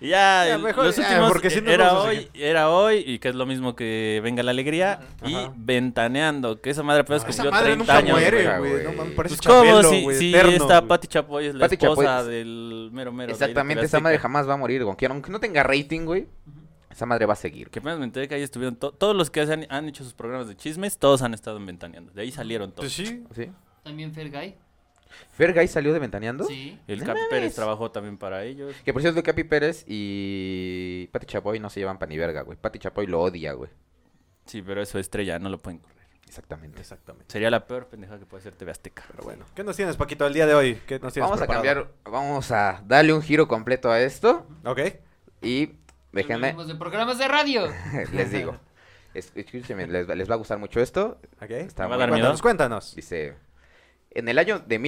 D: Y ya,
A: Ya,
D: el-
A: mejor
D: los
A: ya,
D: últimos
A: porque si no
D: era
A: vamos a
D: hoy, era hoy, y que es lo mismo que Venga la Alegría, y
A: Ajá.
D: Ventaneando, que esa madre apenas
A: Esa
D: cumplió
A: madre
D: 30
A: nunca
D: años.
A: muere,
D: güey.
A: güey.
B: güey.
A: No mames, parece
D: Pues cómo,
A: Chabelo,
D: si,
A: güey,
D: si
A: eterno,
D: esta
A: güey.
D: Pati Chapoy es la
B: Pati Chapoy
D: esposa
B: es-
D: del mero mero. de ahí de
B: Exactamente,
D: TV
B: esa madre
D: Azteca.
B: jamás va a morir, güey. Aunque, aunque no tenga rating, güey, esa madre va a seguir.
D: Que apenas me enteré que ahí estuvieron to- todos los que han, han hecho sus programas de chismes, todos han estado en Ventaneando. De ahí salieron todos.
A: Pues sí.
B: ¿Sí?
E: También Fergay.
B: ¿Fergay salió de Ventaneando?
E: Sí.
D: El
B: No
D: Capi
B: mames.
D: Pérez trabajó también para ellos.
B: Que por cierto, Capi Pérez y Pati Chapoy no se llevan pa' ni verga, güey. Pati Chapoy lo odia, güey.
D: Sí, pero eso estrella, no lo pueden correr.
B: Exactamente.
A: Exactamente.
D: Sería la peor pendeja que puede hacer TV Azteca.
A: Pero bueno. ¿Qué nos tienes, Paquito, el día de hoy? ¿Qué nos tienes
B: Vamos a
A: preparado?
B: cambiar, vamos a darle un giro completo a esto
A: Ok.
B: y déjenme,
E: Hablamos de programas de radio.
B: les digo. Es- Escúchenme, les, va- les va a gustar mucho esto.
A: Ok.
B: Está
D: ¿Eh? Me va
B: muy
D: a dar
B: bueno.
D: miedo.
A: Cuéntanos, cuéntanos.
B: Dice, en el año de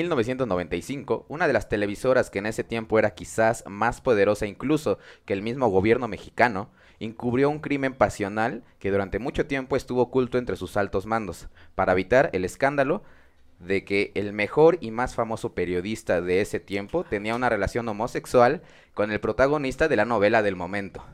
B: 1995, una de las televisoras que en ese tiempo era quizás más poderosa incluso que el mismo gobierno mexicano, encubrió un crimen pasional que durante mucho tiempo estuvo oculto entre sus altos mandos, para evitar el escándalo de que el mejor y más famoso periodista de ese tiempo tenía una relación homosexual con el protagonista de la novela del momento.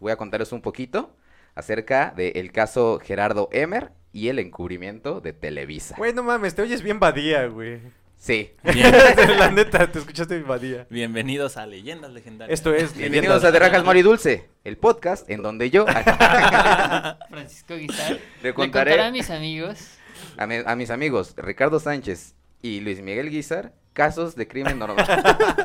B: Voy a contaros un poquito acerca del caso Gerardo Emer y el encubrimiento de Televisa.
A: Güey, no mames, te oyes bien badía, güey.
B: Sí.
D: Bien.
A: La neta, te escuchaste bien badía.
D: Bienvenidos a Leyendas Legendarias.
A: Esto es
B: Bienvenidos a De Rajas Mori Dulce, el podcast en donde yo
E: Francisco Guizar.
B: le
E: Le contaré a
B: contaré
E: mis amigos.
B: a, mi- a mis amigos Ricardo Sánchez y Luis Miguel Guizar casos de crimen normal.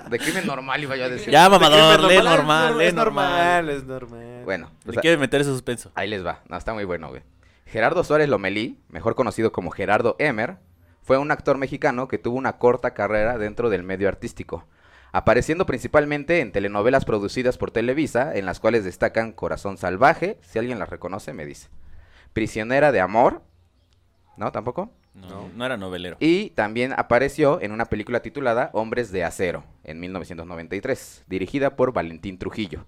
B: de crimen normal iba yo a decir.
D: Ya, mamador,
A: Es
D: lee normal, lee
A: es
D: normal.
A: normal, es normal.
B: Bueno,
D: Le
B: pues, a-
D: quieres meter ese suspenso.
B: ahí les va. No, está muy bueno, güey. Gerardo Suárez Lomelí, mejor conocido como Gerardo Emer, fue un actor mexicano que tuvo una corta carrera dentro del medio artístico, apareciendo principalmente en telenovelas producidas por Televisa, en las cuales destacan Corazón Salvaje, si alguien las reconoce me dice, Prisionera de Amor, ¿no? ¿Tampoco?
D: No, no era novelero.
B: Y también apareció en una película titulada Hombres de Acero, en 1993, dirigida por Valentín Trujillo.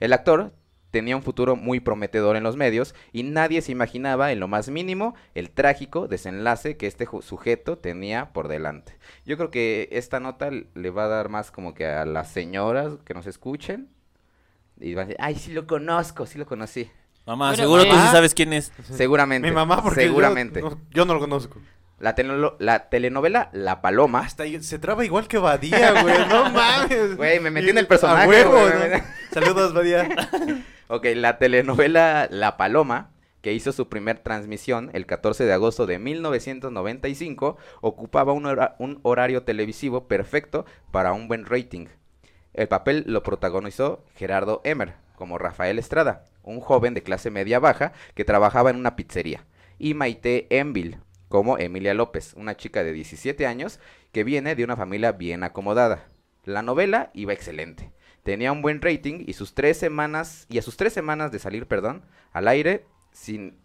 B: El actor tenía un futuro muy prometedor en los medios y nadie se imaginaba en lo más mínimo el trágico desenlace que este ju- sujeto tenía por delante. Yo creo que esta nota l- le va a dar más como que a las señoras que nos escuchen y van a decir, ay, sí lo conozco, sí lo conocí.
D: Mamá,
E: Pero,
D: seguro tú sí
E: ¿ah?
D: sabes quién es.
B: Seguramente.
A: Mi mamá, porque yo-
B: Seguramente.
A: no- yo no lo conozco.
B: La, teleno- la telenovela La Paloma.
A: Hasta ahí- se traba igual que Badía, güey. No mames.
B: Güey, me metí
A: Y-
B: en el personaje,
A: a huevo,
B: güey, me
A: ¿no?
B: metí.
A: Saludos, Badía.
B: Ok, la telenovela La Paloma, que hizo su primer transmisión el 14 de agosto de 1995, ocupaba un, hora- un horario televisivo perfecto para un buen rating. El papel lo protagonizó Gerardo Emer, como Rafael Estrada, un joven de clase media baja que trabajaba en una pizzería, y Maite Enville, como Emilia López, una chica de 17 años que viene de una familia bien acomodada. La novela iba excelente. Tenía un buen rating y sus tres semanas y a sus tres semanas de salir, perdón, al aire sin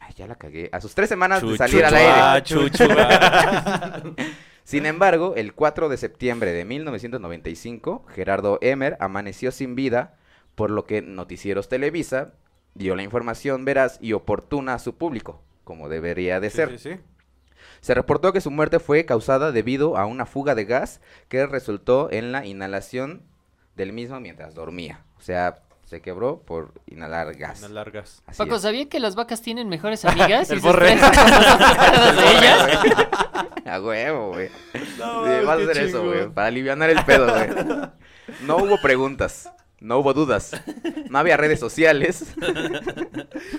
B: Ay, ya la cagué. A sus tres semanas de salir al aire.
D: Ah, chuchu, ah.
B: Sin embargo, el 4 de septiembre de 1995, Gerardo Emer amaneció sin vida, por lo que Noticieros Televisa dio la información veraz y oportuna a su público, como debería de ser.
A: Sí, sí, sí.
B: Se reportó que su muerte fue causada debido a una fuga de gas que resultó en la inhalación del mismo mientras dormía. O sea, se quebró por inhalar gas.
A: Unas largas.
B: Así
E: Paco,
B: es.
E: ¿sabía que las vacas tienen mejores amigas?
A: El
E: y se
A: borre.
E: estresan cuando son tocadas de ellas?
B: A huevo, güey.
A: No,
B: Sí, vas a
A: qué
B: hacer eso, güey.
A: chingón.
B: Para aliviar el pedo, güey. No hubo preguntas. No hubo dudas. No había redes sociales.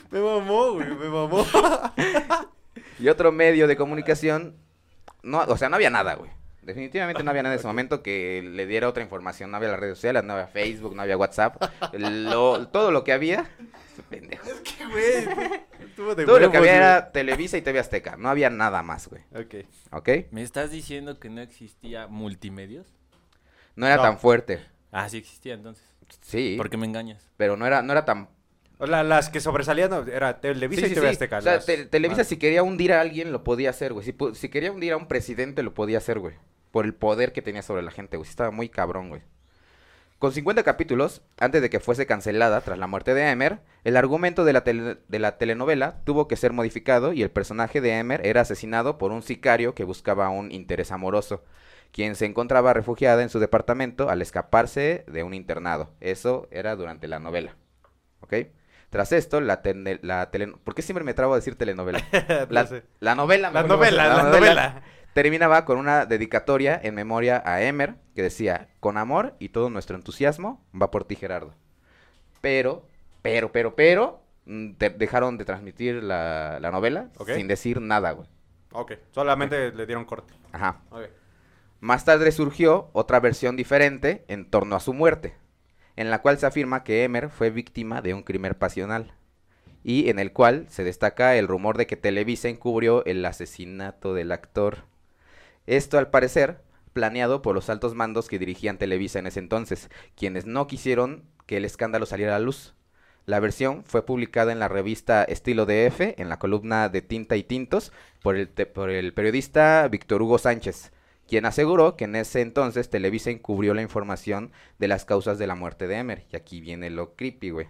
A: Me mamó, güey, me mamó.
B: Y otro medio de comunicación. No, o sea, no había nada, güey. Definitivamente no había nada en ese momento que le diera otra información. No había las redes sociales, no había Facebook, no había WhatsApp. Lo- todo lo que había. pendejo.
A: Qué güey. Estuvo de
B: Todo lo
A: huevos,
B: que había
A: güey.
B: era Televisa y TV Azteca. No había nada más, güey.
A: Ok.
B: ¿Ok?
D: ¿Me estás diciendo que no existía multimedios?
B: No era
A: No.
B: tan fuerte.
D: Ah, sí existía entonces.
B: Sí.
D: ¿Por qué me engañas?
B: Pero no era, no era tan
A: O la- las que sobresalían no, era Televisa
B: Sí, sí,
A: y TV
B: sí.
A: Azteca.
B: O sea,
A: las-
B: te- Televisa
A: las-
B: si quería hundir a alguien lo podía hacer, güey. Si, pu- si quería hundir a un presidente lo podía hacer, güey. Por el poder que tenía sobre la gente, güey. Sí Estaba muy cabrón, güey. Con 50 capítulos, antes de que fuese cancelada tras la muerte de Emer, el argumento de la, tele- de la telenovela tuvo que ser modificado y el personaje de Emer era asesinado por un sicario que buscaba un interés amoroso, quien se encontraba refugiada en su departamento al escaparse de un internado. Eso era durante la novela. ¿Ok? Tras esto, la, tene- la tele- ¿Por qué siempre me trabo a decir telenovela? La, Ah,
A: no sé.
B: la novela.
A: La
B: mejor vamos
A: novela, la
B: a-
A: novela.
B: Terminaba con una dedicatoria en memoria a Emer que decía, con amor y todo nuestro entusiasmo va por ti Gerardo. Pero, pero, pero, pero, mm, te- dejaron de transmitir la, la novela
A: Ok.
B: sin decir nada, güey.
A: Ok, solamente le dieron corte.
B: Ajá.
A: Ok.
B: Más tarde surgió otra versión diferente en torno a su muerte, en la cual se afirma que Emer fue víctima de un crimen pasional, y en el cual se destaca el rumor de que Televisa encubrió el asesinato del actor. Esto al parecer planeado por los altos mandos que dirigían Televisa en ese entonces, quienes no quisieron que el escándalo saliera a la luz. La versión fue publicada en la revista Estilo DF, en la columna de Tinta y Tintos, por el, te- por el periodista Víctor Hugo Sánchez, quien aseguró que en ese entonces Televisa encubrió la información de las causas de la muerte de Emer. Y aquí viene lo creepy, güey.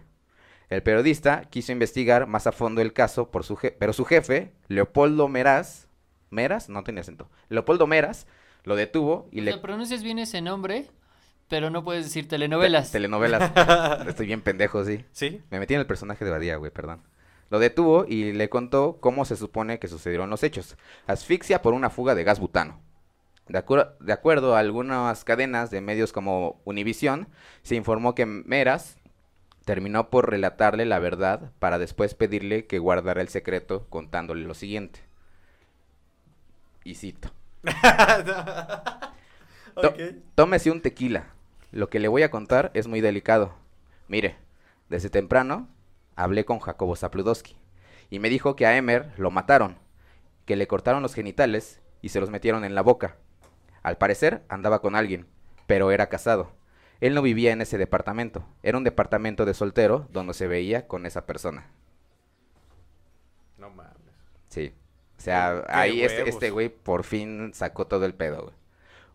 B: El periodista quiso investigar más a fondo el caso, por su je- pero su jefe, Leopoldo Meras, Meras, no tenía acento, Leopoldo Meras, lo detuvo y
E: O
B: le...
E: sea, pronuncias bien ese nombre, pero no puedes decir telenovelas.
B: Telenovelas. Estoy bien pendejo, sí.
A: ¿Sí?
B: Me metí en el personaje de Badía, güey, perdón. Lo detuvo y le contó cómo se supone que sucedieron los hechos. Asfixia por una fuga de gas butano. De, acuer- de acuerdo a algunas cadenas de medios como Univisión, se informó que Meras terminó por relatarle la verdad para después pedirle que guardara el secreto contándole lo siguiente. Y cito. To-
A: Ah, Ok.
B: Tómese un tequila. Lo que le voy a contar es muy delicado. Mire, desde temprano hablé con Jacobo Zapludowski y me dijo que a Emer lo mataron, que le cortaron los genitales y se los metieron en la boca. Al parecer andaba con alguien, pero era casado. Él no vivía en ese departamento, era un departamento de soltero donde se veía con esa persona.
A: No mames.
B: Sí. O sea,
A: Qué
B: ahí este,
A: huevos.
B: este güey por fin sacó todo el pedo, güey.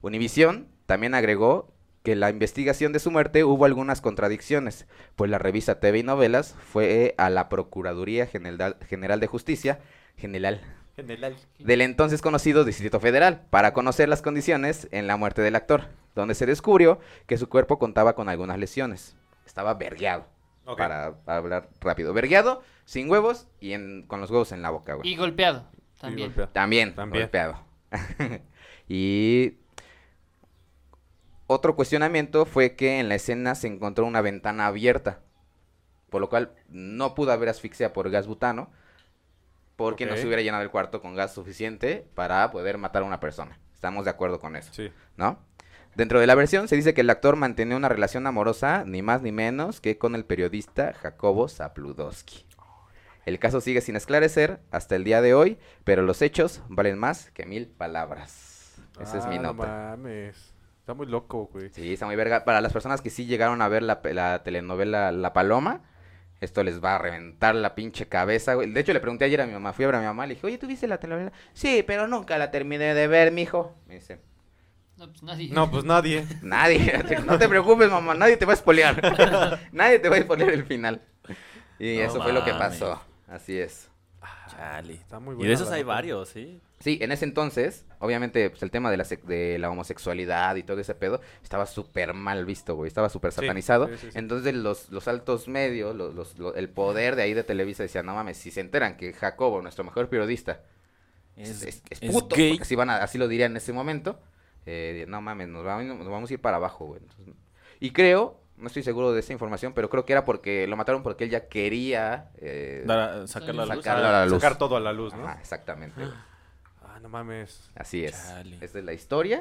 B: Univisión también agregó que la investigación de su muerte hubo algunas contradicciones, pues la revista TV y Novelas fue a la Procuraduría General, General de Justicia, General,
A: General.
B: del entonces conocido Distrito Federal para conocer las condiciones en la muerte del actor, donde se descubrió que su cuerpo contaba con algunas lesiones. Estaba vergueado,
A: Ok.
B: para hablar rápido. Vergueado, sin huevos y en- con los huevos en la boca, güey.
E: Y golpeado también.
A: Sí, golpea.
B: También,
A: También.
B: golpeado. y otro cuestionamiento fue que en la escena se encontró una ventana abierta, por lo cual no pudo haber asfixia por gas butano, porque no
A: Ok.
B: se hubiera llenado el cuarto con gas suficiente para poder matar a una persona. Estamos de acuerdo con eso,
A: Sí.
B: ¿no? Dentro de la versión se dice que el actor mantenía una relación amorosa, ni más ni menos que con el periodista Jacobo Zapludowski. El caso sigue sin esclarecer hasta el día de hoy, pero los hechos valen más que mil palabras. Esa es mi
A: Ah, no
B: nota.
A: mames. Está muy loco, güey.
B: Sí, está muy verga. Para las personas que sí llegaron a ver la, pe- la telenovela La Paloma, esto les va a reventar la pinche cabeza, güey. De hecho, le pregunté ayer a mi mamá, fui a ver a mi mamá, le dije, oye, ¿tú viste la telenovela? Sí, pero nunca la terminé de ver, mijo. Me dice,
E: No, pues nadie.
A: No, pues nadie.
B: nadie, no te preocupes, mamá, nadie te va a espolear. nadie te va a espolear el final. Y
D: No
B: eso fue lo que
D: mames.
B: pasó. Así es. Ah,
D: Chale.
A: Está muy
D: y
A: buena
D: de esos
A: la
D: hay
A: nota.
D: varios, ¿eh? ¿sí?
B: Sí, en ese entonces, obviamente, pues, el tema de la, sec- de la homosexualidad y todo ese pedo estaba súper mal visto, güey. Estaba súper
A: Sí,
B: satanizado.
A: sí, sí, sí.
B: Entonces, los, los altos medios, los, los- lo- el poder de ahí de Televisa decía, no mames, si se enteran que Jacobo, nuestro mejor periodista, es, es- es puto,
D: gay.
B: porque así, van a- así lo dirían en ese momento, eh, no mames, nos vamos, nos vamos a ir para abajo, güey. Entonces, y creo, no estoy seguro de esa información, pero creo que era porque lo mataron porque él ya quería eh,
D: Dar a- sacarlo a la luz. Ah,
B: sacarlo a la luz.
A: Sacar todo a la luz, ¿no?
B: Ajá, exactamente, güey.
A: Ah, no mames.
B: Así es.
D: Chale.
B: Esta es la historia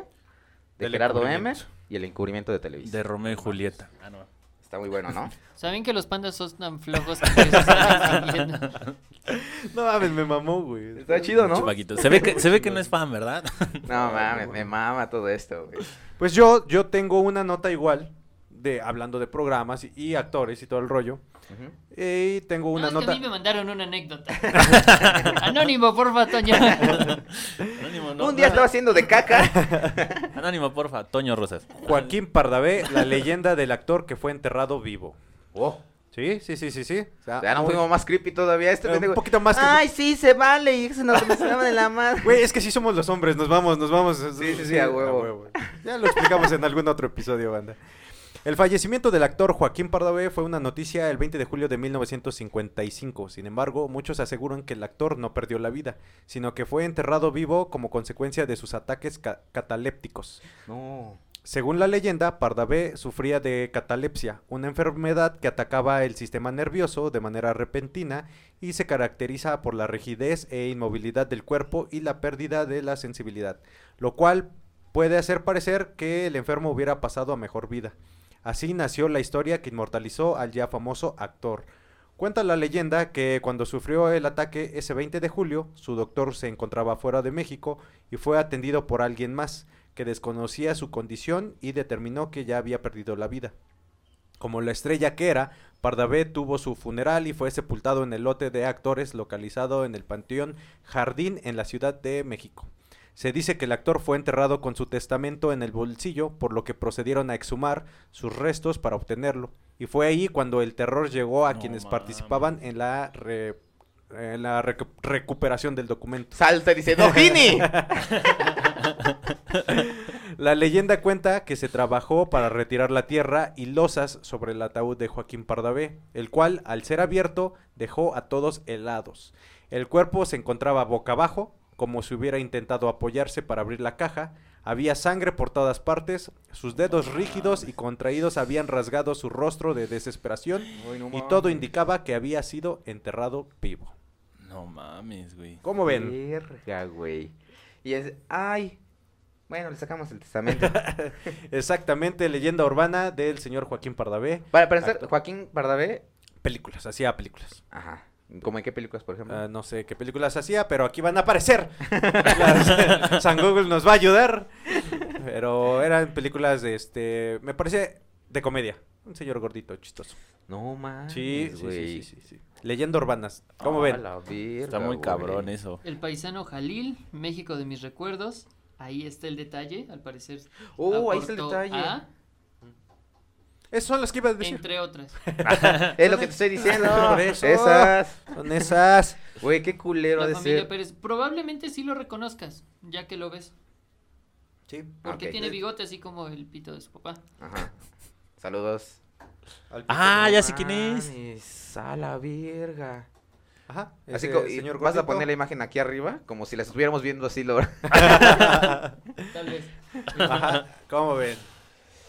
B: de
A: Del
B: Gerardo M.
A: encubrimiento.
B: y el encubrimiento de Televisa.
D: De Romeo y Julieta. Ah, no.
B: Está muy bueno, ¿no?
E: ¿Saben que los pandas son tan flojos que por eso están siguiendo?
A: No mames, me mamó, güey.
B: Está chido, ¿no?
D: Chupaquito. Se ve que, se ve que no es fan, ¿verdad?
B: No mames, me mama todo esto, güey.
A: Pues yo, yo tengo una nota igual, de hablando de programas y, y actores y todo el rollo. Eh,
B: Ujú.
A: Y tengo
E: No,
A: una
E: Ah, es que a
A: nota.
E: mí me mandaron una anécdota. Anónimo, porfa, Toño.
D: Anónimo, no.
B: Un día estaba haciendo de caca.
D: Anónimo, porfa. Toño Rosas.
A: Joaquín Pardavé, la leyenda del actor que fue enterrado vivo.
B: Oh,
A: Sí, sí, sí, sí, sí. O sea,
B: ya no
A: muy-
B: fuimos más creepy todavía. Este
A: Ah, Eh, un
B: pendejo-
A: poquito más creepy.
B: Ay, sí, se vale. Y se nos mencionaban en la madre.
A: Güey, es que sí somos los hombres, nos vamos, nos vamos.
B: Sí, sí, sí, a huevo.
A: Ya lo explicamos en algún otro episodio, banda. El fallecimiento del actor Joaquín Pardavé fue una noticia el 20 de julio de 1955. Sin embargo, muchos aseguran que el actor no perdió la vida, sino que fue enterrado vivo como consecuencia de sus ataques ca- catalépticos.
B: No.
A: Según la leyenda, Pardavé sufría de catalepsia, una enfermedad que atacaba el sistema nervioso de manera repentina y se caracteriza por la rigidez e inmovilidad del cuerpo y la pérdida de la sensibilidad, lo cual puede hacer parecer que el enfermo hubiera pasado a mejor vida. Así nació la historia que inmortalizó al ya famoso actor. Cuenta la leyenda que cuando sufrió el ataque ese 20 de julio, su doctor se encontraba fuera de México y fue atendido por alguien más, que desconocía su condición y determinó que ya había perdido la vida. Como la estrella que era, Pardavé tuvo su funeral y fue sepultado en el lote de actores localizado en el Panteón Jardín en la Ciudad de México. Se dice que el actor fue enterrado con su testamento en el bolsillo, por lo que procedieron a exhumar sus restos para obtenerlo. Y fue ahí cuando el terror llegó a
D: No
A: quienes
D: mames.
A: participaban en la, re- en la recu- recuperación del documento.
B: Salta y dice, ¡Dojini!
A: La leyenda cuenta que se trabajó para retirar la tierra y losas sobre el ataúd de Joaquín Pardavé, el cual, al ser abierto, dejó a todos helados. El cuerpo se encontraba boca abajo, como si hubiera intentado apoyarse para abrir la caja. Había sangre por todas partes, sus dedos rígidos y contraídos habían rasgado su rostro de desesperación y todo indicaba que había sido enterrado vivo.
D: No mames, güey.
A: ¿Cómo ven?
B: Verga, güey. Y es, ay. Bueno, le sacamos el testamento.
A: Exactamente, leyenda urbana del señor Joaquín Pardavé.
B: Para, para empezar, Joaquín Pardavé.
A: Películas, hacía películas.
B: Ajá. ¿Cómo en qué películas, por ejemplo?
A: Ah, no sé qué películas hacía, pero aquí van a aparecer. Las- San Google nos va a ayudar. Pero eran películas de este. Me parece de comedia. Un señor gordito, chistoso.
B: No
D: Ah,
B: mames.
A: Sí, sí,
B: güey.
A: sí, sí, sí, sí. Leyenda urbanas. ¿Cómo
B: Ah,
A: ven?
B: la
D: Está
B: verga,
D: muy
B: güey.
D: cabrón ¿eh? eso.
E: El paisano Jalil, México de mis recuerdos. Ahí está el detalle, al parecer.
B: Oh, ahí está el
E: aportó
B: detalle.
E: a
A: Esos son los que iba a decir.
E: entre otras. ¿ah?
B: Es lo que te estoy diciendo.
A: Por eso.
B: Esas.
A: Son esas.
B: Güey, qué culero ha
E: La
B: de
E: familia
B: ser.
E: Pérez. Probablemente sí lo reconozcas, ya que lo ves.
A: Sí.
E: Porque
B: Ah, Ok.
E: tiene bigote así como el pito de su papá.
B: Ajá. Saludos.
A: Al
D: Ah,
A: pito,
D: ya
A: ¿no?
D: sé quién es.
B: Mames, A la verga.
A: Ajá.
B: Así
A: ese
B: como, y
A: señor
B: vas a
A: gordito.
B: poner la imagen aquí arriba, como si la estuviéramos viendo así, lo...
E: Tal vez.
A: Ajá. ¿Cómo ven?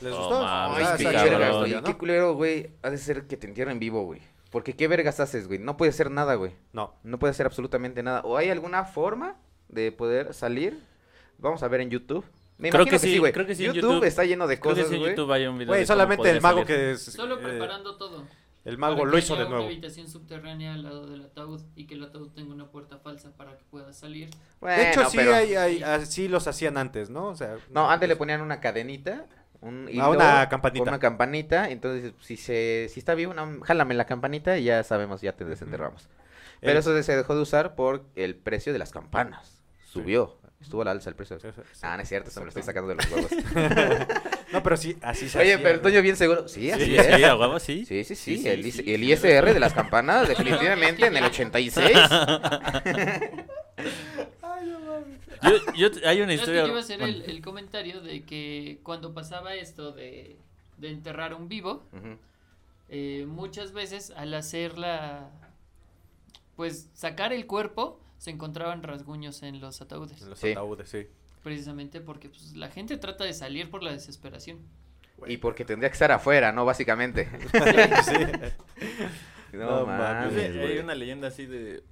A: ¿Les
D: No
A: gustó? Ah,
D: mames, qué
A: está
B: qué,
A: chido la
B: vergas,
D: cabrón,
B: güey.
A: historia,
B: Qué
A: ¿no?
B: culero, güey. Ha de ser que te entierren vivo, güey. Porque qué vergas haces, güey. No puedes hacer nada, güey.
A: No.
B: No puedes hacer absolutamente nada. ¿O hay alguna forma de poder salir? Vamos a ver en YouTube. Me
D: Creo
B: imagino
D: que sí,
B: güey.
D: creo que sí en
B: YouTube,
D: YouTube.
B: está lleno de
D: Creo que
B: cosas,
D: sí en
B: güey.
D: YouTube hay un video.
A: Güey,
D: de cómo
A: solamente el
D: podría
A: mago
D: salir.
A: que. es-
E: Solo
A: eh,
E: preparando todo.
A: El
E: Para
A: mago
E: que
A: lo hizo
E: haya
A: de
E: una
A: nuevo.
E: habitación subterránea al lado del ataúd y que el ataúd tenga una puerta falsa para que pueda salir.
A: De hecho,
B: Bueno,
A: sí,
B: pero-
A: hay, hay- así los hacían antes, ¿no? O sea,
B: No, pues, antes le ponían una cadenita. Un hilo
A: Ah, una campanita.
B: con Una campanita. Entonces, si se, si está vivo, no, jálame la campanita y ya sabemos, ya te desenterramos. Pero
A: El-
B: eso de- se dejó de usar por el precio de las campanas. Subió. Estuvo a la alza el precio. de las-
A: Sí, sí, sí.
B: Ah, no es cierto, se me lo estoy sacando de los huevos.
A: No, pero sí, así se
B: Oye,
A: hacía,
B: pero
A: güey.
B: Toño bien seguro. Sí, así
D: Sí,
B: es.
D: sí, a huevo, sí.
B: Sí, sí, sí.
D: Sí, sí,
B: el, IC-
D: sí.
B: el ISR de las campanas, definitivamente en el 86.
D: Yo, yo, hay una
E: Es que
D: historia.
E: yo iba a hacer
D: bueno,
E: el, el comentario de que cuando pasaba esto de, de enterrar a un vivo,
B: Ujú.
E: eh, muchas veces al hacerla, pues sacar el cuerpo, se encontraban rasguños en los ataúdes.
A: En los
B: Sí.
A: ataúdes, sí.
E: Precisamente porque pues, la gente trata de salir por la desesperación.
B: Y porque tendría que estar afuera, ¿no? Básicamente. No,
A: No mames,
B: mames,
D: hay- hay
B: güey.
D: una leyenda así de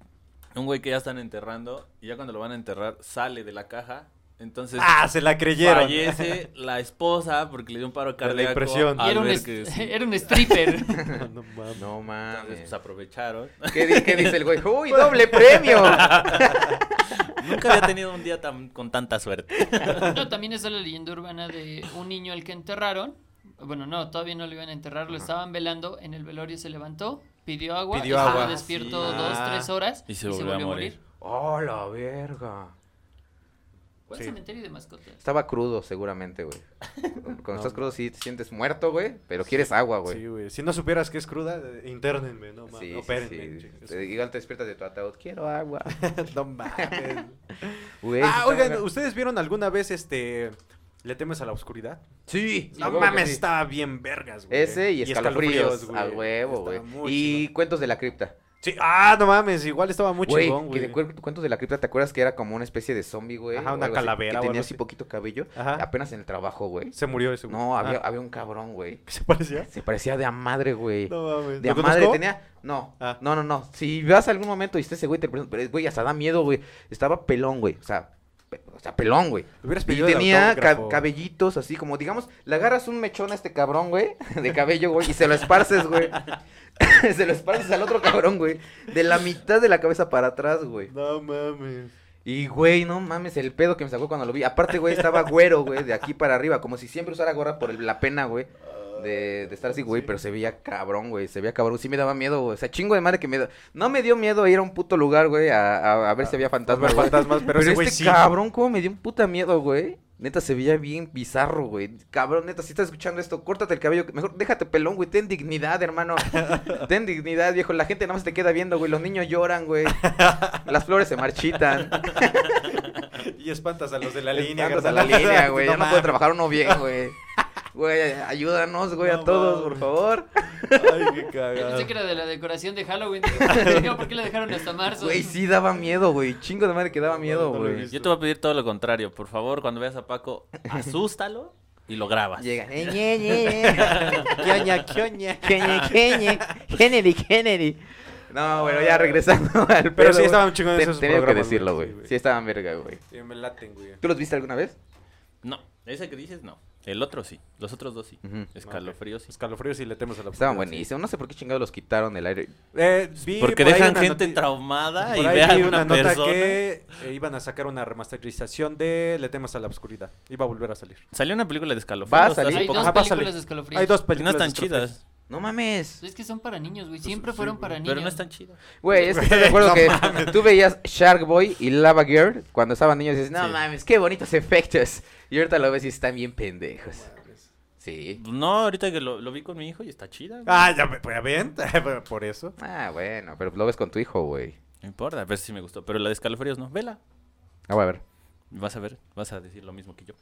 D: un güey que ya están enterrando y ya cuando lo van a enterrar sale de la caja. Entonces
A: Ah, se la creyeron.
D: fallece la esposa porque le dio un paro cardíaco.
A: impresión.
E: Y
D: Al
E: era, un
D: ver
E: est-
D: que sí.
E: era un stripper.
A: No mames.
B: No
D: Entonces, pues
B: mames.
D: aprovecharon.
B: ¿Qué, di- qué dice el güey? ¡Uy, doble premio!
D: Nunca había tenido un día tan, con tanta suerte.
E: No, también está la leyenda urbana de un niño al que enterraron. Bueno, no, todavía no lo iban a enterrar, lo estaban velando. En el velorio se levantó, pidió agua,
A: Pidió
E: estuvo
A: agua.
E: despierto
A: Sí.
E: dos,
A: Ah.
E: tres horas y se, volvió, a morir.
B: ¡Oh, la verga!
E: Buen
A: Sí.
E: cementerio de mascotas.
B: Estaba crudo, seguramente, güey. Cuando estás
A: No.
B: crudo, sí te sientes muerto, güey. Pero quieres agua,
A: Sí,
B: güey.
A: güey. Si no supieras que es cruda, eh, internenme, no mames.
B: Sí, sí,
A: opérenme.
B: sí.
A: chingues.
B: Te- Igual te despiertas de tu ataúd. Quiero agua.
A: No mames.
B: Güey,
A: ah,
B: está
A: oigan,
B: verga.
A: ¿ustedes vieron alguna vez este. Le temes a la oscuridad?
B: Sí, a
A: No
B: huevo que
A: mames,
B: sí.
A: estaba bien vergas, güey.
B: Ese y escalofríos, a huevo,
A: Estaba
B: güey.
A: muy
B: Y
A: chido.
B: cuentos de la cripta.
A: Sí, ah, no mames, igual estaba muy
B: Güey,
A: chingón,
B: que
A: güey.
B: de cu- cuentos de la cripta, ¿te acuerdas que era como una especie de zombie, güey?
A: Ajá,
B: o
A: una
B: algo así,
A: calavera o
B: Que
A: algo
B: tenía así
A: así.
B: poquito cabello.
A: Ajá.
B: Apenas en el trabajo, güey.
A: Se murió ese, güey.
B: No, había,
A: Ah,
B: había un cabrón, güey.
A: ¿Se parecía?
B: Se parecía de a madre, güey.
A: No mames.
B: De
A: ¿Lo
B: a madre
A: conozco?
B: tenía. No,
A: Ah.
B: no, no, no. Si vas a algún momento y está ese güey, te presenta- pero, güey, hasta da miedo, güey. Estaba pelón, güey. O sea, pe- o sea, pelón, güey.
A: Le hubieras
B: Y
A: pedido el
B: tenía ca-
A: autógrafo.
B: cabellitos así, como digamos, le agarras un mechón a este cabrón, güey, de cabello, güey, y se lo esparces, güey. se lo esparces al otro cabrón, güey. De la mitad de la cabeza para atrás, güey.
A: No mames.
B: Y, güey, no mames, el pedo que me sacó cuando lo vi. Aparte, güey, estaba güero, güey, de aquí para arriba, como si siempre usara gorra por el- la pena, güey. De, de estar así, güey, pero se veía cabrón, güey, se veía cabrón, sí me daba miedo, güey, o sea, chingo de madre que me da... No me dio miedo ir a un puto lugar, güey, a, a- a ver si había fantasmas,
A: Fantasmas,
B: güey.
A: fantasmas, pero
B: Pero
A: ese
B: este
A: güey sí.
B: cabrón, cómo me dio un puta miedo, güey. Neta, se veía bien bizarro, güey. Cabrón, neta, si estás escuchando esto, córtate el cabello. Mejor déjate pelón, güey. Ten dignidad, hermano. Ten dignidad, viejo. La gente nada más te queda viendo, güey. Los niños lloran, güey. Las flores se marchitan.
A: Y espantas a los de la línea.
B: Espantas a la
A: carnal.
B: línea, güey. ya no
A: mames.
B: puede trabajar uno bien, güey. Güey, ayúdanos, güey,
A: No
B: a todos,
A: mames.
B: por favor.
A: Ay, qué
E: Yo
A: cagado.
E: pensé que era de la decoración de Halloween. Digo, ¿Por qué la dejaron hasta marzo?
B: Güey, sí daba miedo, güey. Chingo de madre que daba miedo,
A: No, no lo he
B: güey.
A: visto.
D: Yo te voy a pedir todo lo contrario. Por favor, cuando veas a Paco, asústalo y lo grabas.
B: Llega. Eh, ñe, ñe, ñe.
A: Quioña, quioña.
B: Kenny, Kenny, Kennedy, Kennedy. No, bueno, ya regresando al
A: Pero
B: pedo,
A: sí
B: güey.
A: estaban chingones
B: Te-
A: esos
B: Tenía que
A: programas,
B: decirlo,
A: güey.
B: güey.
A: Sí, güey.
B: Sí estaban verga, güey.
A: Sí, me laten, güey.
B: ¿Tú los viste alguna vez?
D: No, ese que dices no. El otro sí. Los otros dos sí. Escalofríos sí.
A: Escalofríos y le temes a la
B: Estaban
A: oscuridad, sí.
B: buenísimos. No sé por qué chingados los quitaron del aire.
A: Eh, vi
D: Porque
A: por ahí
D: dejan
A: una
D: gente
A: noti-
D: traumada y
A: por ahí
D: vean
A: vi
D: a una,
A: nota
D: persona.
A: que eh, iban a sacar una remasterización de Le temas a la oscuridad. Iba a volver a salir.
D: Salió una película de
B: Va a
D: escalofríos.
B: salir.
D: hace
E: Hay
D: poco.
E: dos
A: Ajá, pásale.
E: películas de escalofríos.
A: Hay dos
D: Pero no
A: películas
D: están
A: de escalofríos.
D: chidas.
B: No mames.
E: Es que son para niños, güey. Siempre
A: sí,
E: fueron
A: güey.
E: para niños.
D: Pero no están chidas.
B: Güey, es que estás de acuerdo que tú veías Shark Boy y Lava Girl cuando estaban niños y dices, no
D: Sí.
B: mames, qué bonitos efectos. Y ahorita lo ves y están bien pendejos. Sí.
D: No, ahorita que lo, lo vi con mi hijo y está chida. güey.
A: Ah, ya me, pues, ven, por eso.
B: Ah, bueno, pero lo ves con tu hijo, güey.
D: No importa, a ver si me gustó. Pero la de escalofríos no, vela.
B: Ah, voy a ver.
D: Vas a ver, vas a decir lo mismo que yo.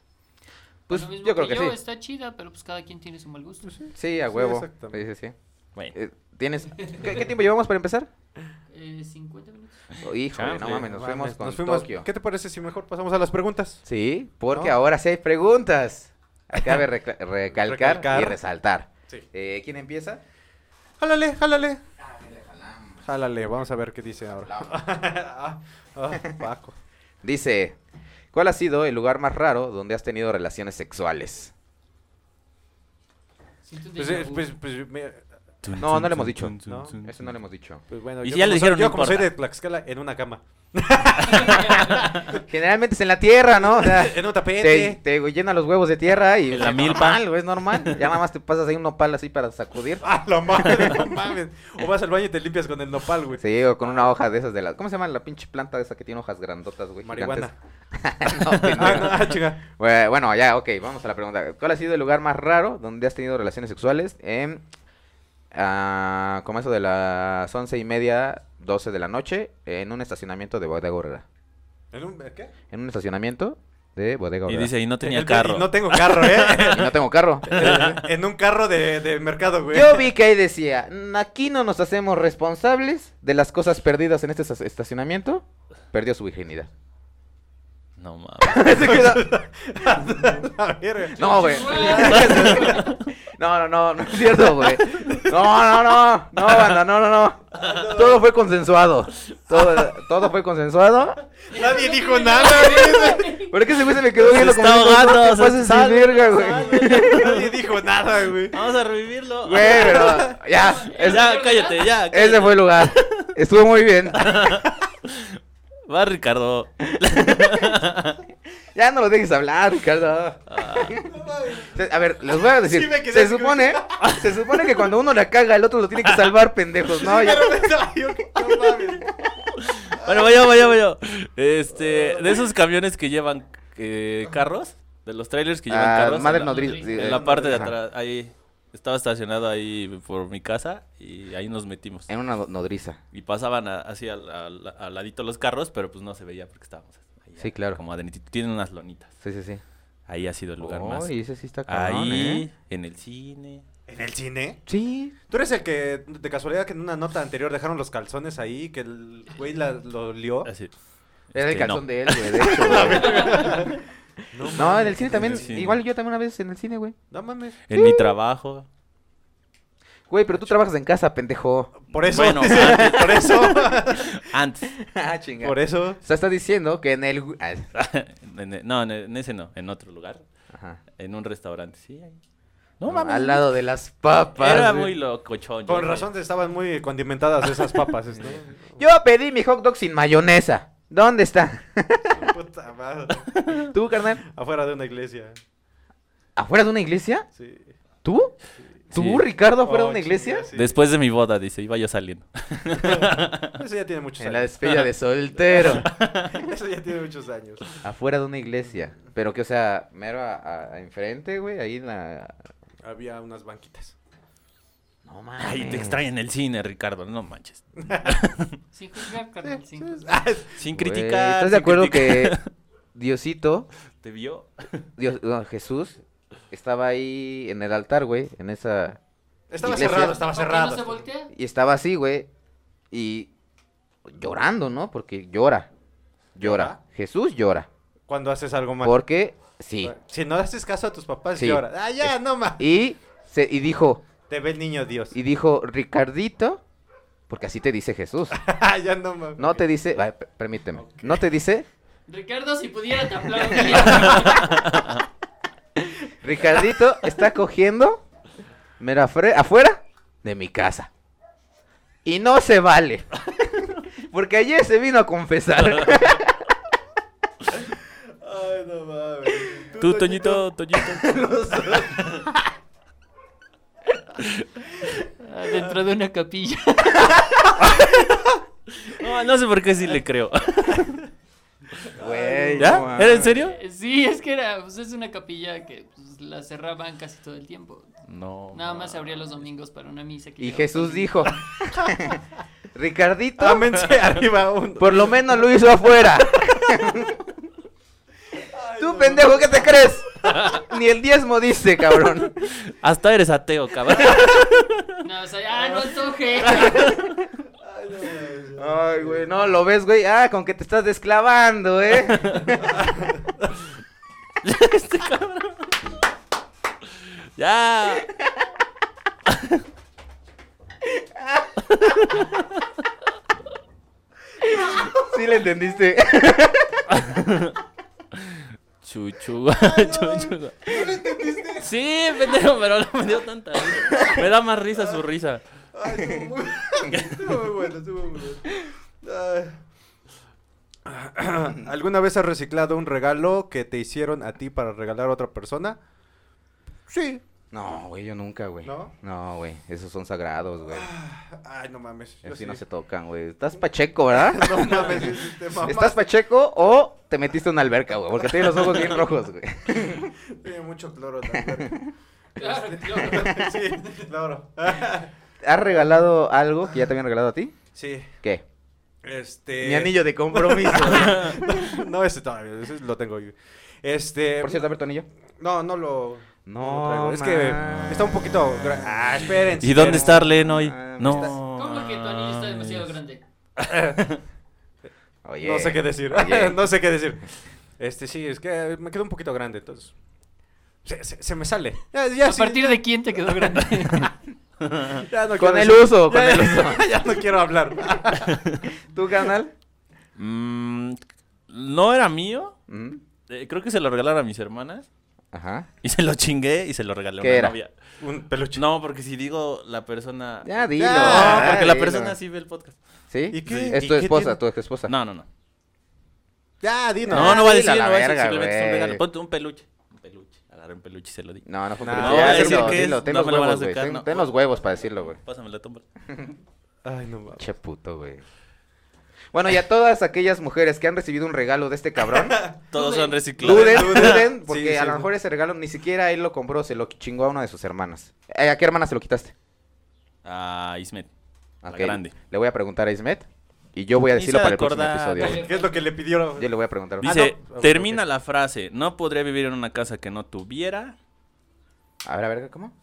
B: Pues
E: Lo mismo
B: yo creo que, sí.
E: Está chida, pero pues cada quien tiene su mal gusto.
B: Sí, a
A: Sí,
B: huevo. Sí,
A: exactamente.
B: sí, sí.
D: Bueno,
B: Eh, ¿Tienes... ¿Qué, qué tiempo llevamos para empezar?
E: Eh, 50 minutos.
B: Oh, híjole, no
D: Chanfle,
B: mames, nos
A: Mames,
B: fuimos con
A: nos fuimos.
B: Tokio.
A: ¿Qué te parece si mejor pasamos a las preguntas?
B: Sí, porque
A: ¿No?
B: ahora sí hay preguntas. Acabe recalcar,
A: Recalcar.
B: y resaltar.
A: Sí.
B: Eh, ¿Quién empieza?
A: Jálale, jálale. Jálale, vamos a ver qué dice ahora. Ah, ah, Paco.
B: Dice, ¿cuál ha sido el lugar más raro donde has tenido relaciones sexuales?
E: Siento un
A: Pues,
E: déjà
A: eh,
E: vu.
A: pues, pues, me-
B: No, no le hemos dicho.
A: ¿No?
B: Eso no le hemos dicho.
A: pues, bueno,
D: Y
A: yo
D: si ya
A: como soy-
D: le dijeron,
A: yo
D: no
A: como soy de
D: importa.
A: Tlaxcala, en una cama.
B: Generalmente es en la tierra, ¿no? O sea,
A: En un
B: te,
A: tapete.
B: te llena los huevos de tierra y
D: En la
B: es
D: milpa.
B: normal, güey, es normal. Ya nada más te pasas ahí un nopal así para sacudir.
A: Ah, la madre, no mames. O vas al baño y te limpias con el nopal, güey.
B: Sí, o con una hoja de esas de las... ¿Cómo se llama la pinche planta esa que tiene hojas grandotas, güey?
A: Marihuana.
B: gigantes?
A: Ah, no, ah, chinga.
B: Eh, Bueno, ya, ok, vamos a la pregunta. ¿Cuál ha sido el lugar más raro donde has tenido relaciones sexuales? En, ah, como eso de las once y media, doce de la noche, en un estacionamiento de Bodega Horrera.
A: ¿En un qué?
B: En un estacionamiento de Bodega
D: Y
B: Horrera.
D: dice, y no
A: En
D: tenía
A: el-
D: carro.
A: y No tengo carro, ¿eh?
B: Y no tengo carro.
A: en un carro de, de mercado, güey.
B: Yo vi que ahí decía, "Mm, aquí no nos hacemos responsables de las cosas perdidas en este esta- estacionamiento. Perdió su virginidad.
D: No mames.
B: Se quedó-
A: A ver,
B: No, güey. No, no, no, no es cierto, güey. No, no, no, no, banda, no, no, no. Todo fue consensuado. Todo, todo fue consensuado.
A: Nadie dijo nada, güey.
B: Pero es que ese güey se me quedó
D: Se
B: viendo como
D: está
B: diciendo, no
D: ahogando,
B: te
D: se-
B: pases de
D: sal,
B: verga, güey.
A: Nadie dijo nada, güey.
D: Vamos a revivirlo.
B: Güey, pero ya, es-
D: Ya, cállate, ya. cállate.
B: ese fue el lugar. Estuvo muy bien.
D: Va Ricardo.
B: Ya no lo dejes hablar, Ricardo. Se- A ver, les voy a decir.
A: Sí me quedé
B: se
A: así, "Ah".
B: supone, se supone que cuando uno la caga, el otro lo tiene que salvar, pendejos, ¿no? Ya-
A: Pero pensaba yo que no mames.
D: Bueno, voy yo, voy yo, voy yo. Este, de esos camiones que llevan eh, carros, de los trailers que llevan
B: Ah,
D: carros.
B: madre
D: en la-
B: nodriza. sí,
D: En
B: eh,
D: la parte de
B: ajá.
D: atrás, ahí. Estaba estacionado ahí por mi casa y ahí nos metimos.
B: En una no- nodriza.
D: Y pasaban a- así al, al- al ladito los carros, pero pues no se veía porque estábamos ahí.
B: Sí, claro.
D: Como adenitito. Tienen unas lonitas.
B: Sí, sí, sí.
D: Ahí ha sido el lugar más.
B: Uy, ese sí está cabrón,
D: Ahí,
B: ¿eh?
D: en el cine.
A: ¿En el cine?
B: Sí.
A: ¿Tú eres el que, de casualidad, que en una nota anterior dejaron los calzones ahí, que el güey la- lo lió?
D: Así.
B: Era el
D: Este, no.
B: calzón de él, güey, de hecho, güey. No, en el cine también.
D: el cine.
B: Igual yo también una vez en el cine, güey.
A: No mames.
D: En mi trabajo.
B: Güey, pero tú trabajas en casa, pendejo.
A: Por eso.
D: Bueno,
A: por eso.
D: Antes.
B: ah, chinga.
D: e-
A: por eso.
B: O sea, estás diciendo que en el. gu- Ah,
D: En- en- no, en- en ese no. En otro lugar.
B: Ajá.
D: En un restaurante, sí. ahí.
B: No, Al lado de las papas.
D: Era
B: güey.
D: muy locochón.
A: Con
D: yo,
A: razón estaban muy condimentadas esas papas, ¿no?
B: Yo pedí mi hot dog sin mayonesa. ¿Dónde está?
A: Puta madre.
B: ¿Tú, carnal?
A: Afuera de una iglesia.
B: ¿Afuera de una iglesia?
A: Sí.
B: ¿tú? ¿Tú,
D: Sí.
B: Ricardo, afuera de
A: Oh,
B: una iglesia?
A: chinga, sí.
D: güey. Después de mi boda, dice, iba yo saliendo.
A: Eso ya tiene muchos
B: En la
A: años.
B: despedida de soltero.
A: Eso ya tiene muchos años.
B: Afuera de una iglesia. Pero que, o sea, mero a, a- a enfrente, güey. Ahí en la.
A: Había unas banquitas.
B: No mames.
D: Ay, te extrañan el cine, Ricardo, no manches.
E: Sin juzgar, carnal, sin juzgar.
A: Ah,
D: Sin
B: Güey,
D: criticar.
B: ¿Estás de
D: sin
B: acuerdo
D: criticar.
B: que Diosito,
D: te vio?
B: Dios, no, Jesús, estaba ahí en el altar, güey? En esa.
A: Estaba
B: Iglesia.
A: cerrado, estaba
E: ¿Por qué
A: cerrado.
E: no se voltea?
B: Y estaba así, güey. Y llorando, ¿no? Porque llora. Llora.
A: ¿Llora?
B: Jesús llora.
A: Cuando haces algo mal.
B: Porque sí.
A: Si no haces caso a tus papás,
B: Sí.
A: llora. Ah, ya, no más.
B: Y, se, y dijo,
A: Te ve el niño Dios.
B: y dijo, Ricardito, porque así te dice Jesús.
A: Ah, ya no más.
B: No te dice, ay, per- permíteme, no te dice,
E: Ricardo, si pudiera te aplaudiría.
B: Ricardito está cogiendo mira, fre- afuera de mi casa. Y no se vale. Porque ayer se vino a confesar.
A: Ay, no mames.
D: Tú, Toñito, Toñito.
E: Ah, Dentro de una capilla.
D: No, no sé por qué sí le creo.
G: güey. no
D: ¿Ya?
G: mames.
D: ¿Era en serio?
E: Eh, Sí, es que era, pues es una capilla que pues, la cerraban casi todo el tiempo.
D: No.
E: Nada más se abría los domingos para una misa. que
B: Y
E: era
B: Jesús
E: bastante-
B: dijo, Ricardito,
A: Ámense arriba un...
B: por lo menos lo hizo afuera. Tú, pendejo, ¿qué te crees? Ni el diezmo dice, cabrón.
D: Hasta eres ateo, cabrón.
E: No, o sea, ah, no antoje.
B: Ay, güey, no, lo ves, güey. Ah, con que te estás desclavando, ¿eh?
D: Este ya.
B: Sí le entendiste.
D: Chuchuga, chuchuga. Sí, pendejo, pero no me dio tanta risa. Me da más risa su risa.
A: Ay, estuvo muy, estuvo muy bueno, estuvo muy bueno. Ay. ¿Alguna vez has reciclado un regalo que te hicieron a ti para regalar a otra persona? Sí.
B: No, güey, yo nunca, güey.
A: ¿No?
B: No, güey, esos son sagrados, güey.
A: Ay, no mames. yo
B: Así
A: sí.
B: no se tocan, güey. Estás pacheco, ¿verdad?
A: No mames, este, sí, te mamaste.
B: ¿Estás pacheco o te metiste en una alberca, güey? Porque tienes los ojos bien rojos, güey.
A: Tiene mucho cloro la verga.
E: Claro,
A: Sí, cloro.
B: ¿Has regalado algo que ya te habían regalado a ti?
A: Sí.
B: ¿Qué?
D: Eh,
A: Este.
B: de compromiso.
A: No, ese todavía, ese lo tengo yo. Este.
B: Por cierto, a ver tu anillo.
A: No, no lo.
B: No,
A: lo traigo. Es que
B: man.
A: está un poquito. gra- Ah, espérense.
D: ¿Y
A: espérense.
D: dónde está Arlen hoy?
B: Ah,
D: No.
E: ¿Cómo que tu anillo está demasiado grande?
B: Oye.
A: No sé qué decir.
B: Oye.
A: no sé qué decir. Este, sí, es que me quedó un poquito grande, entonces. Se, se- se me sale. Ya, ya
E: ¿A
A: sí,
E: partir de quién te quedó grande?
A: ya no
B: Con
A: quiero
B: el
A: decir-
B: uso, con
A: ya-
B: el uso.
A: ya no quiero hablar.
B: ¿Tu canal?
D: Mm, no era mío.
B: Mm,
D: Eh, creo que se lo regalaron a mis hermanas.
B: Ajá.
D: Y se lo chingué y se lo regalé a
B: ¿Qué
D: una
B: era?
D: novia.
A: un peluche.
D: No, porque si digo la persona.
B: Ya, Ah, dilo.
A: No,
D: No, Ah, porque la
B: dilo.
D: persona sí ve el podcast.
B: ¿Sí?
A: ¿Y qué?
B: Es
A: ¿Y
B: tu
A: qué
B: esposa,
A: tiene?
B: tu ex esposa.
D: No, no, no.
A: Ya, di
D: No,
A: nomás.
D: no, va a
B: dilo
D: decir,
B: a la
D: no va a decir,
B: verga,
D: simplemente es un
B: güey.
D: regalo. Ponte un peluche. Un peluche. Agarré un peluche y se lo di.
B: No, no fue
A: No,
B: por
A: no
B: ya,
A: voy a decir
B: dilo,
D: qué es,
B: dilo, ten
D: no
B: los
D: me lo van a
B: huevos, güey.
D: sacar,
B: Ten,
D: no.
B: ten los huevos para decirlo, güey.
D: Pásame la tumba.
A: Ay, no mames.
B: Che puto, güey. Bueno, y a todas aquellas mujeres que han recibido un regalo de este cabrón,
D: Todos
E: Duden.
D: son reciclados.
B: duden,
A: Duden.
B: duden, porque
A: Sí,
B: a
A: sí,
B: lo
A: sí.
B: mejor ese regalo ni siquiera él lo compró, se lo chingó a una de sus hermanas. Eh, ¿A qué hermana se lo quitaste?
D: Ah, Ismet. La
B: Ok,
D: grande.
B: Le voy a preguntar a Ismet y yo voy a
D: Ni
B: decirlo
D: se
B: para el próximo
D: acordaba.
B: episodio. güey.
A: ¿Qué es lo que le pidió?
B: Yo le voy a preguntar.
A: Ah,
D: Dice,
A: no. Ok,
D: termina
A: ok.
D: la frase. No podría vivir en una casa que no tuviera.
B: A ver, a ver, ¿cómo?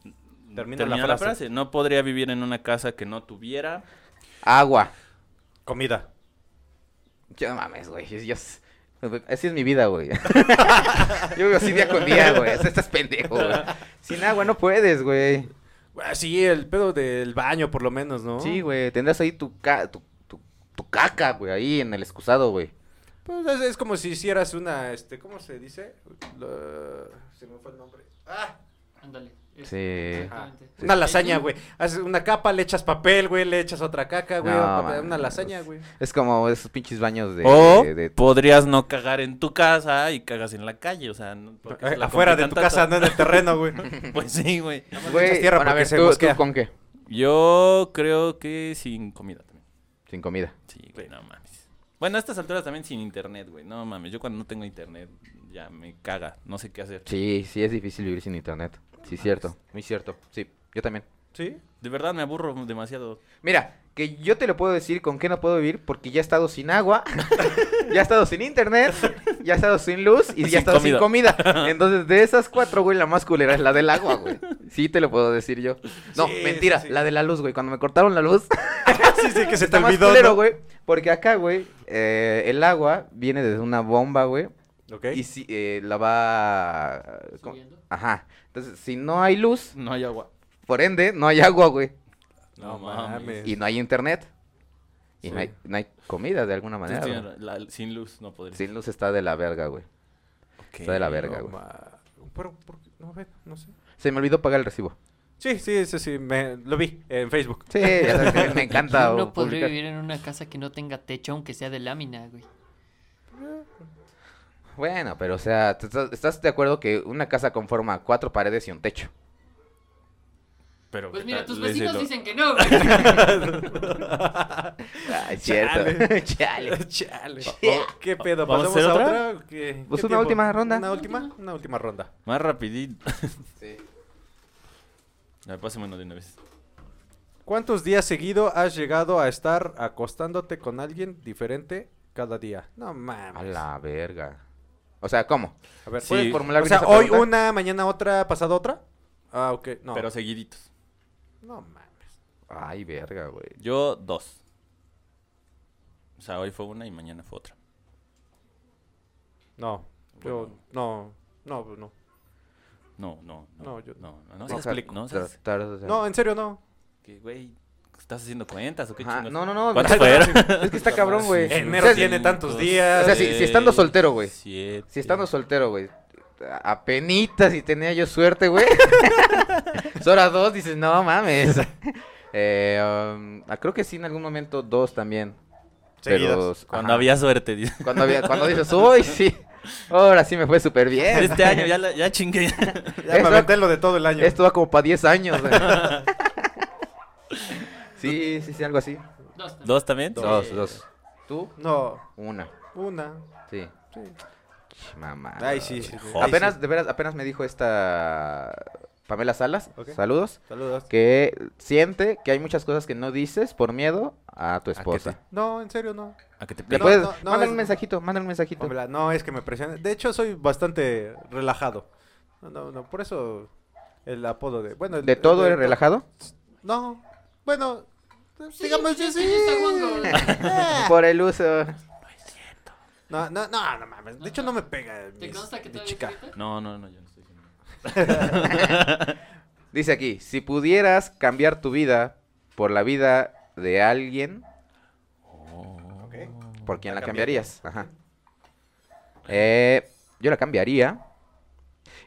A: Termina,
D: Termina
A: la, frase.
D: No podría vivir en una casa que no tuviera.
B: Agua.
A: Comida.
B: Yo no mames, güey. yo- yo- Así es mi vida, güey. Yo vivo así día con día, güey. Así Estás pendejo, güey. Sin agua no puedes, güey.
A: Ah, sí, el pedo del baño, por lo menos, ¿no?
B: Sí, güey. Tendrás ahí tu, ca- tu, tu, tu caca, güey. Ahí en el excusado, güey.
A: Pues es, es como si hicieras una, este, ¿cómo se dice? Lo- Se me fue el nombre. ¡Ah!
E: Ándale. es-
B: Sí.
E: exactamente.
A: Una lasaña, güey. Haces una capa, le echas papel, güey, le echas otra caca, güey.
B: No,
A: otra-
B: mames.
A: una lasaña, güey.
B: Es como esos pinches baños de.
D: o
B: de- de-
D: podrías no cagar en tu casa y cagas en la calle. O sea, no- ¿por qué se
A: Eh,
D: la
A: Afuera de tu
D: complican
A: casa,
D: tanto?
A: no en el terreno, güey.
D: Pues sí, güey.
B: Güey,
A: echas tierra
B: bueno, a
A: porque
B: ver,
A: se
B: ¿tú,
A: mosquea.
B: tú con qué?
D: Yo creo que sin comida también.
B: Sin comida.
D: Sí, güey, no mames. Bueno, a estas alturas también sin internet, güey. No mames, yo cuando no tengo internet ya me caga. No sé qué hacer.
B: Sí, sí, es difícil vivir sin internet. Sí, cierto. Muy cierto. Sí, yo también.
A: ¿Sí?
D: De verdad me aburro demasiado.
B: Mira, que yo te lo puedo decir con qué no puedo vivir porque ya he estado sin agua, ya he estado sin internet, ya he estado sin luz y ya he
D: Sin
B: estado sin comida. Entonces, de esas cuatro, güey, la más culera es la del agua, güey. Sí, te lo puedo decir yo. No,
A: Sí,
B: mentira,
A: sí, sí.
B: la de la luz, güey. Cuando me cortaron la luz,
A: sí, sí, que se te
B: está más
A: olvidó.
B: culero,
A: ¿no?
B: güey. Porque acá, güey, eh, el agua viene desde una bomba, güey.
A: Ok.
B: Y si eh, la va... ¿cómo?
E: Subiendo.
B: Ajá. Entonces, si no hay luz,
D: No hay agua.
B: por ende, no hay agua, güey.
A: No
D: No, mames.
A: mames.
B: Y no hay internet. Y no,
A: Sí.
B: hay, no hay comida de alguna manera.
D: Sí,
B: güey.
D: la- sin luz no podría.
B: Sin luz está de la verga, güey.
D: Ok.
B: Está de la verga,
A: No,
B: güey.
A: ma- Pero, ¿por qué? No, a ver, no sé.
B: Se me olvidó pagar el recibo.
A: Sí, sí, sí, sí, me, lo vi en Facebook.
B: Sí, ya sabes que me encanta.
E: ¿Quién no
B: o
E: podría
B: publicar.
E: vivir en una casa que no tenga techo, aunque sea de lámina, güey?
B: Bueno, pero o sea, ¿tú ¿estás, estás de acuerdo que una casa conforma cuatro paredes y un techo?
D: pero...
E: Pues
D: ¿qué
E: mira,
D: tal?
E: tus
D: Les
E: vecinos
D: lo-
E: dicen que no, güey.
B: Ah, es cierto. Chale.
A: Chale. Oh, ¿Qué pedo?
D: ¿Vamos a
A: ¿Pasamos
D: hacer
A: a
D: otra?
A: otra? ¿O qué?
B: Pues
A: ¿Qué
B: una última ronda.
A: ¿Una última? Una última ronda.
D: Más rapidito.
B: Sí.
D: A ver, pásame uno de una vez.
A: ¿Cuántos días seguido has llegado a estar acostándote con alguien diferente cada día? No
B: A
A: mames.
B: la verga. O sea, ¿cómo?
A: A ver,
D: Sí.
B: ¿Puedes formular
A: o
B: bien
A: sea,
B: esa
A: hoy
B: pregunta?
A: una, mañana otra, pasado otra. Ah, ok. No.
D: Pero seguiditos.
A: No mames.
B: Ay, verga, güey.
D: Yo dos. O sea, hoy fue una y mañana fue otra.
A: No. Yo, no. No, pues, no.
D: No, no, no.
A: No, yo-
D: No, no, no
B: O
D: seas
B: sea,
D: pli- No, seas-
B: tratar de ser-
A: No, en serio, no.
D: que, güey, ¿estás haciendo cuentas o qué
B: Ajá,
D: chingas?
B: no, no, no.
D: ¿Cuántos
B: no,
D: fueron?
B: Es que está cabrón, güey.
A: Enero
B: O sea,
A: tiene tantos días.
B: O sea, si, si estando soltero, güey.
D: Siete.
B: Si estando soltero, güey. Apenitas si tenía yo suerte, güey. Sora dos, dices, no mames. Eh, um, ah, creo que sí, en algún momento dos también. Pero,
A: Seguidas.
D: Cuando
B: ajá,
D: había suerte, dice.
B: Cuando, había- cuando dices, uy, sí. Ahora sí me fue súper bien.
D: Este año ya, la- ya chingué.
A: Ya
B: Eso-
A: me aventé lo de todo el año.
B: Esto va como para 10 años. güey. sí, sí, sí, algo así.
E: Dos también.
D: ¿Dos
B: Dos,
D: también?
B: dos. ¿Tú?
A: No,
B: Una.
A: una.
B: Sí.
A: Sí.
B: Ch, Mamá.
A: Ay, sí, sí, sí.
D: Ay,
B: Apenas, de veras, apenas me dijo esta Pamela Salas,
A: Ok.
B: saludos,
A: Saludos.
B: que siente que hay muchas cosas que no dices por miedo a tu esposa.
A: No, en serio, no.
D: ¿A que te
B: Le
A: No,
B: puedes,
A: no, no,
B: manda
A: es-
B: un mensajito, manda un mensajito.
A: Pamela, no, es que me presiona. De hecho, soy bastante relajado. No, no, no. Por eso el apodo de. Bueno, el-
B: ¿De todo
A: el-
B: eres relajado?
A: No. Bueno,
E: Sí,
A: digamos que
E: sí,
A: sí.
E: sí, está guango.
A: Ah.
B: Por el uso.
A: No, no, no, no mames. De hecho, no me pega.
E: ¿Te
A: mis-
E: consta que
A: mi
E: todavía
A: chica.
E: escribiste?
D: No, no, no, yo no estoy diciendo.
B: Dice aquí, si pudieras cambiar tu vida por la vida de alguien, ¿por quién la, cambiarías? Ajá. Eh, yo la cambiaría.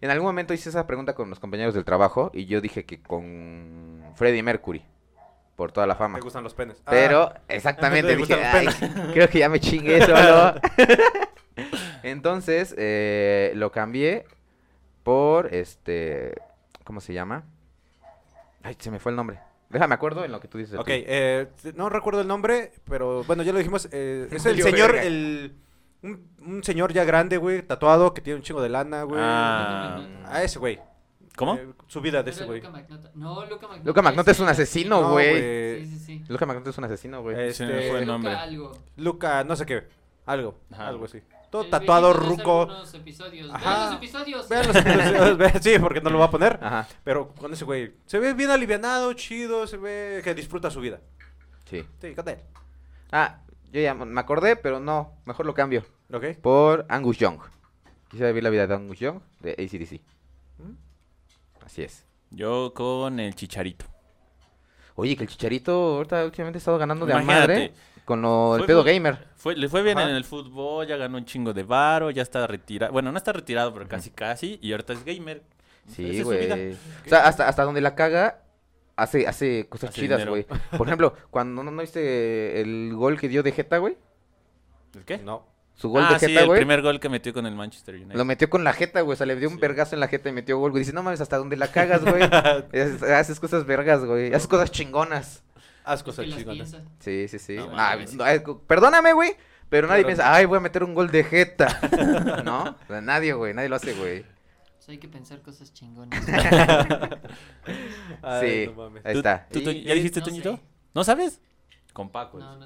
B: En algún momento hice esa pregunta con los compañeros del trabajo y yo dije que con Freddie Mercury, por toda la fama.
A: Me gustan los penes. Ah,
B: Pero, exactamente,
A: Te
B: dije,
A: gustan los
B: "Ay, creo que ya me chingué solo. Entonces, eh, lo cambié por, este, ¿cómo se llama? Ay, se me fue el nombre. Déjame acuerdo en lo que tú dices. el
A: ok,
B: tuyo.
A: eh, no recuerdo el nombre, pero bueno, ya lo dijimos. eh, es el
B: Valió
A: señor,
B: verga.
A: el. Un, un señor ya grande, güey, tatuado, que tiene un chingo de lana, güey.
D: Ah.
A: A ese güey.
D: ¿Cómo?
A: Eh, su vida de
E: Era
A: ese güey.
E: Luca Magnotta. No, Luca Magnotta.
B: Luca Magnotta es un
A: No,
B: asesino, güey.
E: Sí,
A: güey.
E: sí, sí.
B: Luca Magnotta es un asesino, güey.
A: Eh,
D: Se me fue el
E: Luca
D: nombre.
E: algo.
A: Luca, no sé qué. Algo.
D: Ajá.
A: Algo así. Todo
E: El
A: tatuado,
E: viejito de hace
A: ruco.
E: algunos episodios.
A: Ajá.
E: Vean los episodios.
A: Vean los episodios, vean- sí, porque no lo va a poner.
B: Ajá,
A: Pero con ese güey. Se ve bien alivianado, chido, se ve que disfruta su vida.
B: sí.
A: Sí, con él.
B: Ah, yo ya me acordé, pero no, mejor lo cambio.
A: ¿Ok?
B: Por Angus Young. Quisiera vivir la vida de Angus Young, de ACDC.
A: ¿Mm?
B: Así es.
D: Yo con el chicharito.
B: Oye, que el chicharito ahorita últimamente ha estado ganando de a
D: Imagínate.
B: madre con lo, el
D: Fue
B: pedo
D: muy-
B: gamer.
D: Fue, le fue bien
A: Ajá.
D: en el fútbol, ya ganó un chingo de varo, ya está retirado. Bueno, no está retirado, pero casi casi. Y ahorita es gamer. Esa es
B: Sí,
D: su vida.
B: güey. O sea, hasta, hasta donde la caga, hace, hace cosas
D: Hace
B: chidas,
D: dinero.
B: güey. Por ejemplo, cuando no, no viste el gol que dio de Jeta, güey.
D: ¿El
B: ¿Eh?
D: qué?
A: No.
B: Su gol
D: ah,
B: de
D: sí,
B: Jeta,
D: el
B: güey.
D: primer gol que metió con el Manchester United.
B: Lo metió con la jeta, güey. O sea, le dio un
D: Sí.
B: vergazo en la jeta y metió gol, güey. Dice, no mames, hasta donde la cagas, güey. Es- haces cosas vergas, güey. Haces cosas chingonas.
A: Haz
E: Que
A: cosas
E: las
A: chingonas.
E: piensa.
B: Sí, sí, sí.
D: No
B: Ah,
D: mames.
B: no, ay, cu- perdóname, güey. Pero nadie
A: Pero-
B: piensa, ay, voy a meter un gol de jeta. ¿No? O sea, nadie, güey. Nadie lo hace, güey.
E: Pues hay que pensar cosas chingonas.
A: Ay,
B: sí.
A: no mames.
B: Ahí
D: ¿Tú-
B: está.
D: tú, Toño,
B: Y-
D: ¿Ya dijiste,
E: no
D: Toñito?
E: sé.
D: ¿No sabes? Con Paco.
E: No,
A: No,
E: no.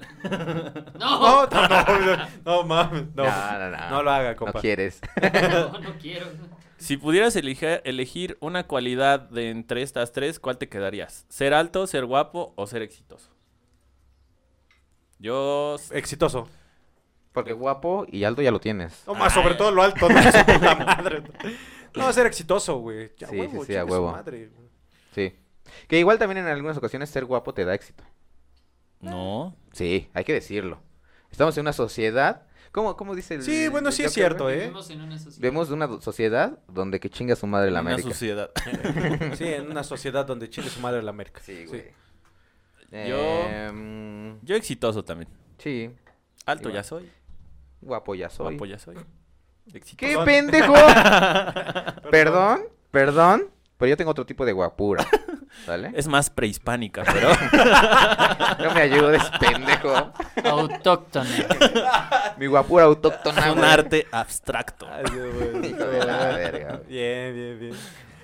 E: No,
A: no, no, no, no mames. No.
B: No, no, no.
A: No lo haga, compa.
B: No quieres.
E: no, no quiero.
D: Si pudieras elige- elegir una cualidad de entre estas tres, ¿cuál te quedarías? ¿Ser alto, ser guapo o ser exitoso? Yo...
B: Eh,
A: Exitoso.
B: Porque guapo y alto ya lo tienes.
A: No más, sobre todo lo alto. No, su puta madre. No, ser exitoso, güey. Ya,
B: Sí, sí,
A: huevo,
B: sí, a
A: chingue su
B: huevo.
A: madre.
B: Sí. Que igual también en algunas ocasiones ser guapo te da éxito.
D: No.
B: Sí, hay que decirlo. Estamos en una sociedad. ¿Cómo, cómo dice el.?
A: Sí, bueno, sí
B: el
A: es
B: Joker,
A: cierto,
B: güey?
A: ¿eh?
E: Vivimos en una sociedad.
B: Vemos una do- sociedad donde que chinga su madre la
D: una
B: América.
D: suciedad.
A: Sí, en una sociedad donde chile su madre la América.
B: Sí, güey.
D: Yo-
B: Em,
D: Yo exitoso también.
B: sí,
D: Alto
B: Igual.
D: ya soy,
B: guapo ya soy.
D: guapo ya soy. Exitoso.
B: ¡Qué pendejo! ¿Perdón? ¿Perdón? Pero yo tengo otro tipo de guapura. ¿Sale?
D: Es más prehispánica, pero.
B: No me ayudes, pendejo.
E: Autóctona.
B: Mi guapura autóctona.
D: Es un
B: güey.
D: arte abstracto.
B: Hijo de la verga.
A: Bien, bien, bien.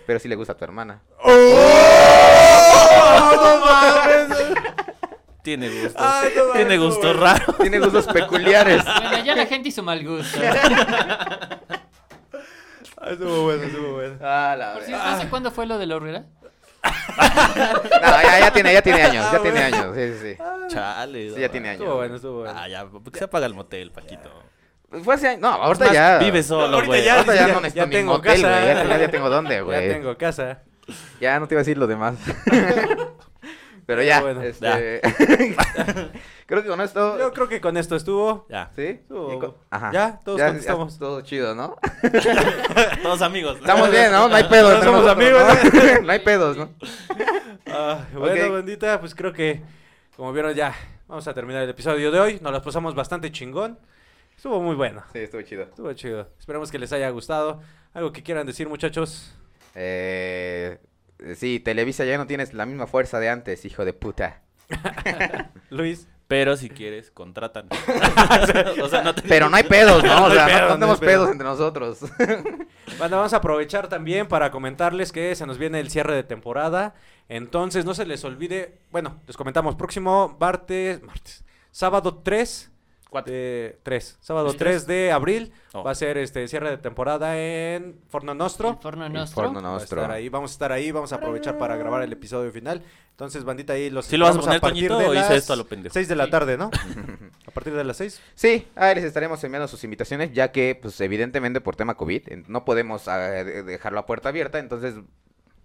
B: Pero sí le gusta a tu hermana.
D: Tiene gusto.
A: Ay, no mames,
D: Tiene
A: no
D: gusto
A: mames.
D: raro.
B: Tiene gustos peculiares.
E: Bueno, ya la gente hizo mal gusto.
A: Estuvo bueno, estuvo bueno.
B: Ah, la
E: Por
B: verga.
E: cierto, ¿hace cuándo fue lo de la horrera?
B: No, ya, ya tiene, ya tiene años,
D: Ah,
B: ya tiene años. Sí, sí, sí.
D: Chale.
B: Sí, ya tiene años.
A: Estuvo bueno, estuvo bueno.
D: Ah, ya, porque se apaga el motel, Paquito.
B: Fue hace años. No, ahorita
D: Más,
B: ya.
D: Vive solo,
A: ahorita
D: güey.
A: ya.
B: Ahorita ya,
A: Ya-
B: no necesito
A: ya
B: mi
A: tengo
B: motel,
A: casa.
B: güey. Ya, tengo- ya tengo dónde,
A: Ya
B: güey. Ya,
A: tengo casa.
B: no te iba a decir lo demás. Pero
A: Ya,
B: ya,
A: bueno,
B: este... Creo que con esto.
A: Yo creo que con esto estuvo.
D: Ya.
B: ¿Sí?
A: Estuvo-
B: Y con- Ajá.
A: Ya, todos contestamos.
B: todo chido, ¿no?
D: Todos amigos.
B: Estamos bien, ¿no? No hay pedos.
A: No Ah, somos
B: entre nosotros,
A: amigos,
B: ¿no? No hay pedos, ¿no?
A: Ah, bueno,
B: Ok.
A: bandita, pues creo que, como vieron ya, vamos a terminar el episodio de hoy. Nos las pasamos bastante chingón. Estuvo muy bueno.
B: Sí, estuvo chido.
A: Estuvo chido. Esperemos que les haya gustado. Algo que quieran decir, muchachos.
B: Eh, sí, Televisa ya no tienes la misma fuerza de antes, hijo de puta.
A: Luis.
D: Pero si quieres, contratan. o sea, no te...
B: Pero no hay pedos, ¿no? O sea,
A: hay pedo,
B: no,
A: no hay
B: tenemos
A: pedo.
B: pedos entre nosotros.
A: Banda, vamos a aprovechar también para comentarles que se nos viene el cierre de temporada. Entonces, no se les olvide. Bueno, les comentamos. Próximo martes. martes sábado 3.
D: Cuatro.
A: de- 3. Sábado
D: ¿El
A: 3 de abril.
D: Oh.
A: Va a ser este cierre de temporada en Forno Nostro.
E: El forno
B: El
E: nuestro.
B: Forno
A: Va a
B: Nostro.
A: estar ahí, vamos a estar ahí, vamos a aprovechar para grabar el episodio final. Entonces, bandita, ahí los
D: ¿Sí lo vas a
A: esperamos
D: poner, Toñito, o hice esto a lo pendejo?
A: 6 de la
E: Sí.
A: tarde, ¿no? a partir de las 6.
B: Sí, ahí les estaremos enviando sus invitaciones, ya que, pues, evidentemente por tema COVID eh, no podemos eh, de- dejarlo a puerta abierta, entonces,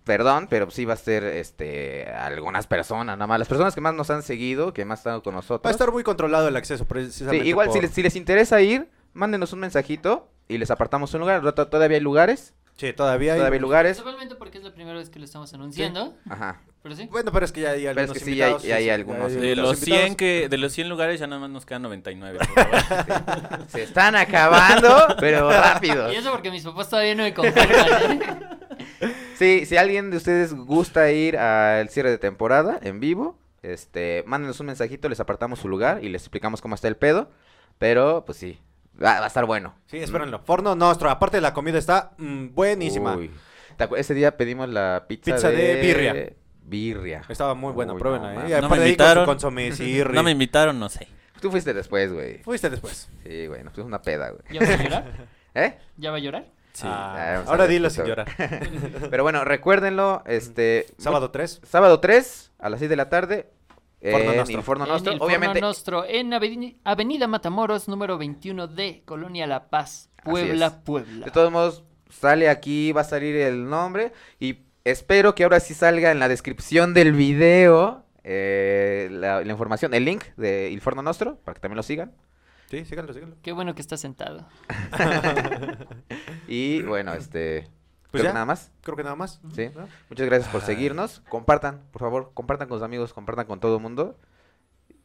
B: perdón, pero sí va a ser, este, algunas personas, nada más, las personas que más nos han seguido, que más han estado con
A: Va a
B: nosotros.
A: estar muy controlado el acceso,
B: Pues Sí,
A: precisamente.
B: igual, si,
A: por-
B: les, si les interesa ir, mándenos un mensajito y les apartamos un lugar. Rota- Todavía hay lugares,
A: Sí, todavía hay.
B: todavía hay lugares.
E: Principalmente porque es la primera vez que lo estamos anunciando.
B: Ajá.
E: Pero sí.
A: Bueno, pero es que ya hay
B: Pero es
A: algunos
B: que sí,
A: invitados,
B: hay- hay algunos
D: De
B: Los
D: los
A: invitados.
D: 100 que de los 100 lugares ya nada más nos quedan 99. por favor.
B: Se están acabando, pero rápido.
E: Y eso porque mis papás todavía no me confirman. ¿eh?
B: Sí, si alguien de ustedes gusta ir al cierre de temporada en vivo, este, mándenos un mensajito, les apartamos su lugar y les explicamos cómo está el pedo. Pero, pues sí, va, va a estar bueno.
A: Sí, espérenlo. Forno Nostro, aparte de la comida, está mm, buenísima.
B: Uy. ¿Te acu- Ese día pedimos la pizza,
A: Pizza de birria.
B: Birria.
A: Estaba muy buena,
B: Uy,
A: pruébenla,
B: no,
A: ¿eh?
B: man.
A: Y
D: No me
A: aparte ahí con su
D: invitaron.
A: consomé, sirri.
D: No me invitaron, no sé.
B: Tú fuiste después, güey.
A: Fuiste después.
B: Sí, güey, nos pusimos una peda, güey.
E: ¿Ya va a llorar?
B: ¿Eh?
E: ¿Ya va a llorar?
D: Sí.
A: Ah,
B: Ah, vamos a
A: ahora
B: ver,
A: dilo
B: pues,
A: sin llorar.
B: Pero bueno, recuérdenlo, este...
A: Sábado 3.
B: Sábado 3 a las 6 de la tarde.
A: Forno
B: en
A: Nostro.
B: el Forno
E: En
B: Nostro.
E: el
B: Obviamente,
E: Forno Nostro, en aveni- Avenida Matamoros, número 21D, Colonia La Paz,
B: Así es.
E: Puebla, Puebla.
B: De todos modos, sale aquí, va a salir el nombre. Y espero que ahora sí salga en la descripción del video eh, la, la información, el link de Il Forno Nostro, para que también lo sigan.
A: Sí, síganlo, síganlo.
E: Qué bueno que está sentado.
B: Y bueno, este.
A: Pues
B: creo
A: ya. Ah.
B: que nada más.
A: Creo que nada más.
B: Sí.
A: ¿no?
B: Muchas gracias por
A: Ay.
B: seguirnos. Compartan, por favor, compartan con sus amigos, compartan con todo el mundo.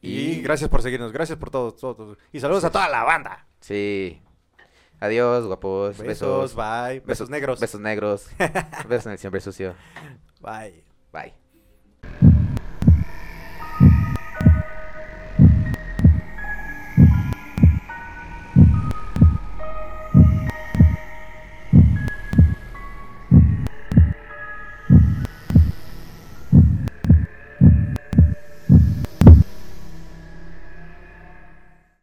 A: Y, gracias por seguirnos, gracias por todo, todo, todo. Y saludos a toda la banda.
B: Sí. Adiós, guapos.
A: Besos,
B: Besos.
A: bye. Besos, negros.
B: Besos negros. besos en el siempre sucio.
A: Bye.
B: Bye.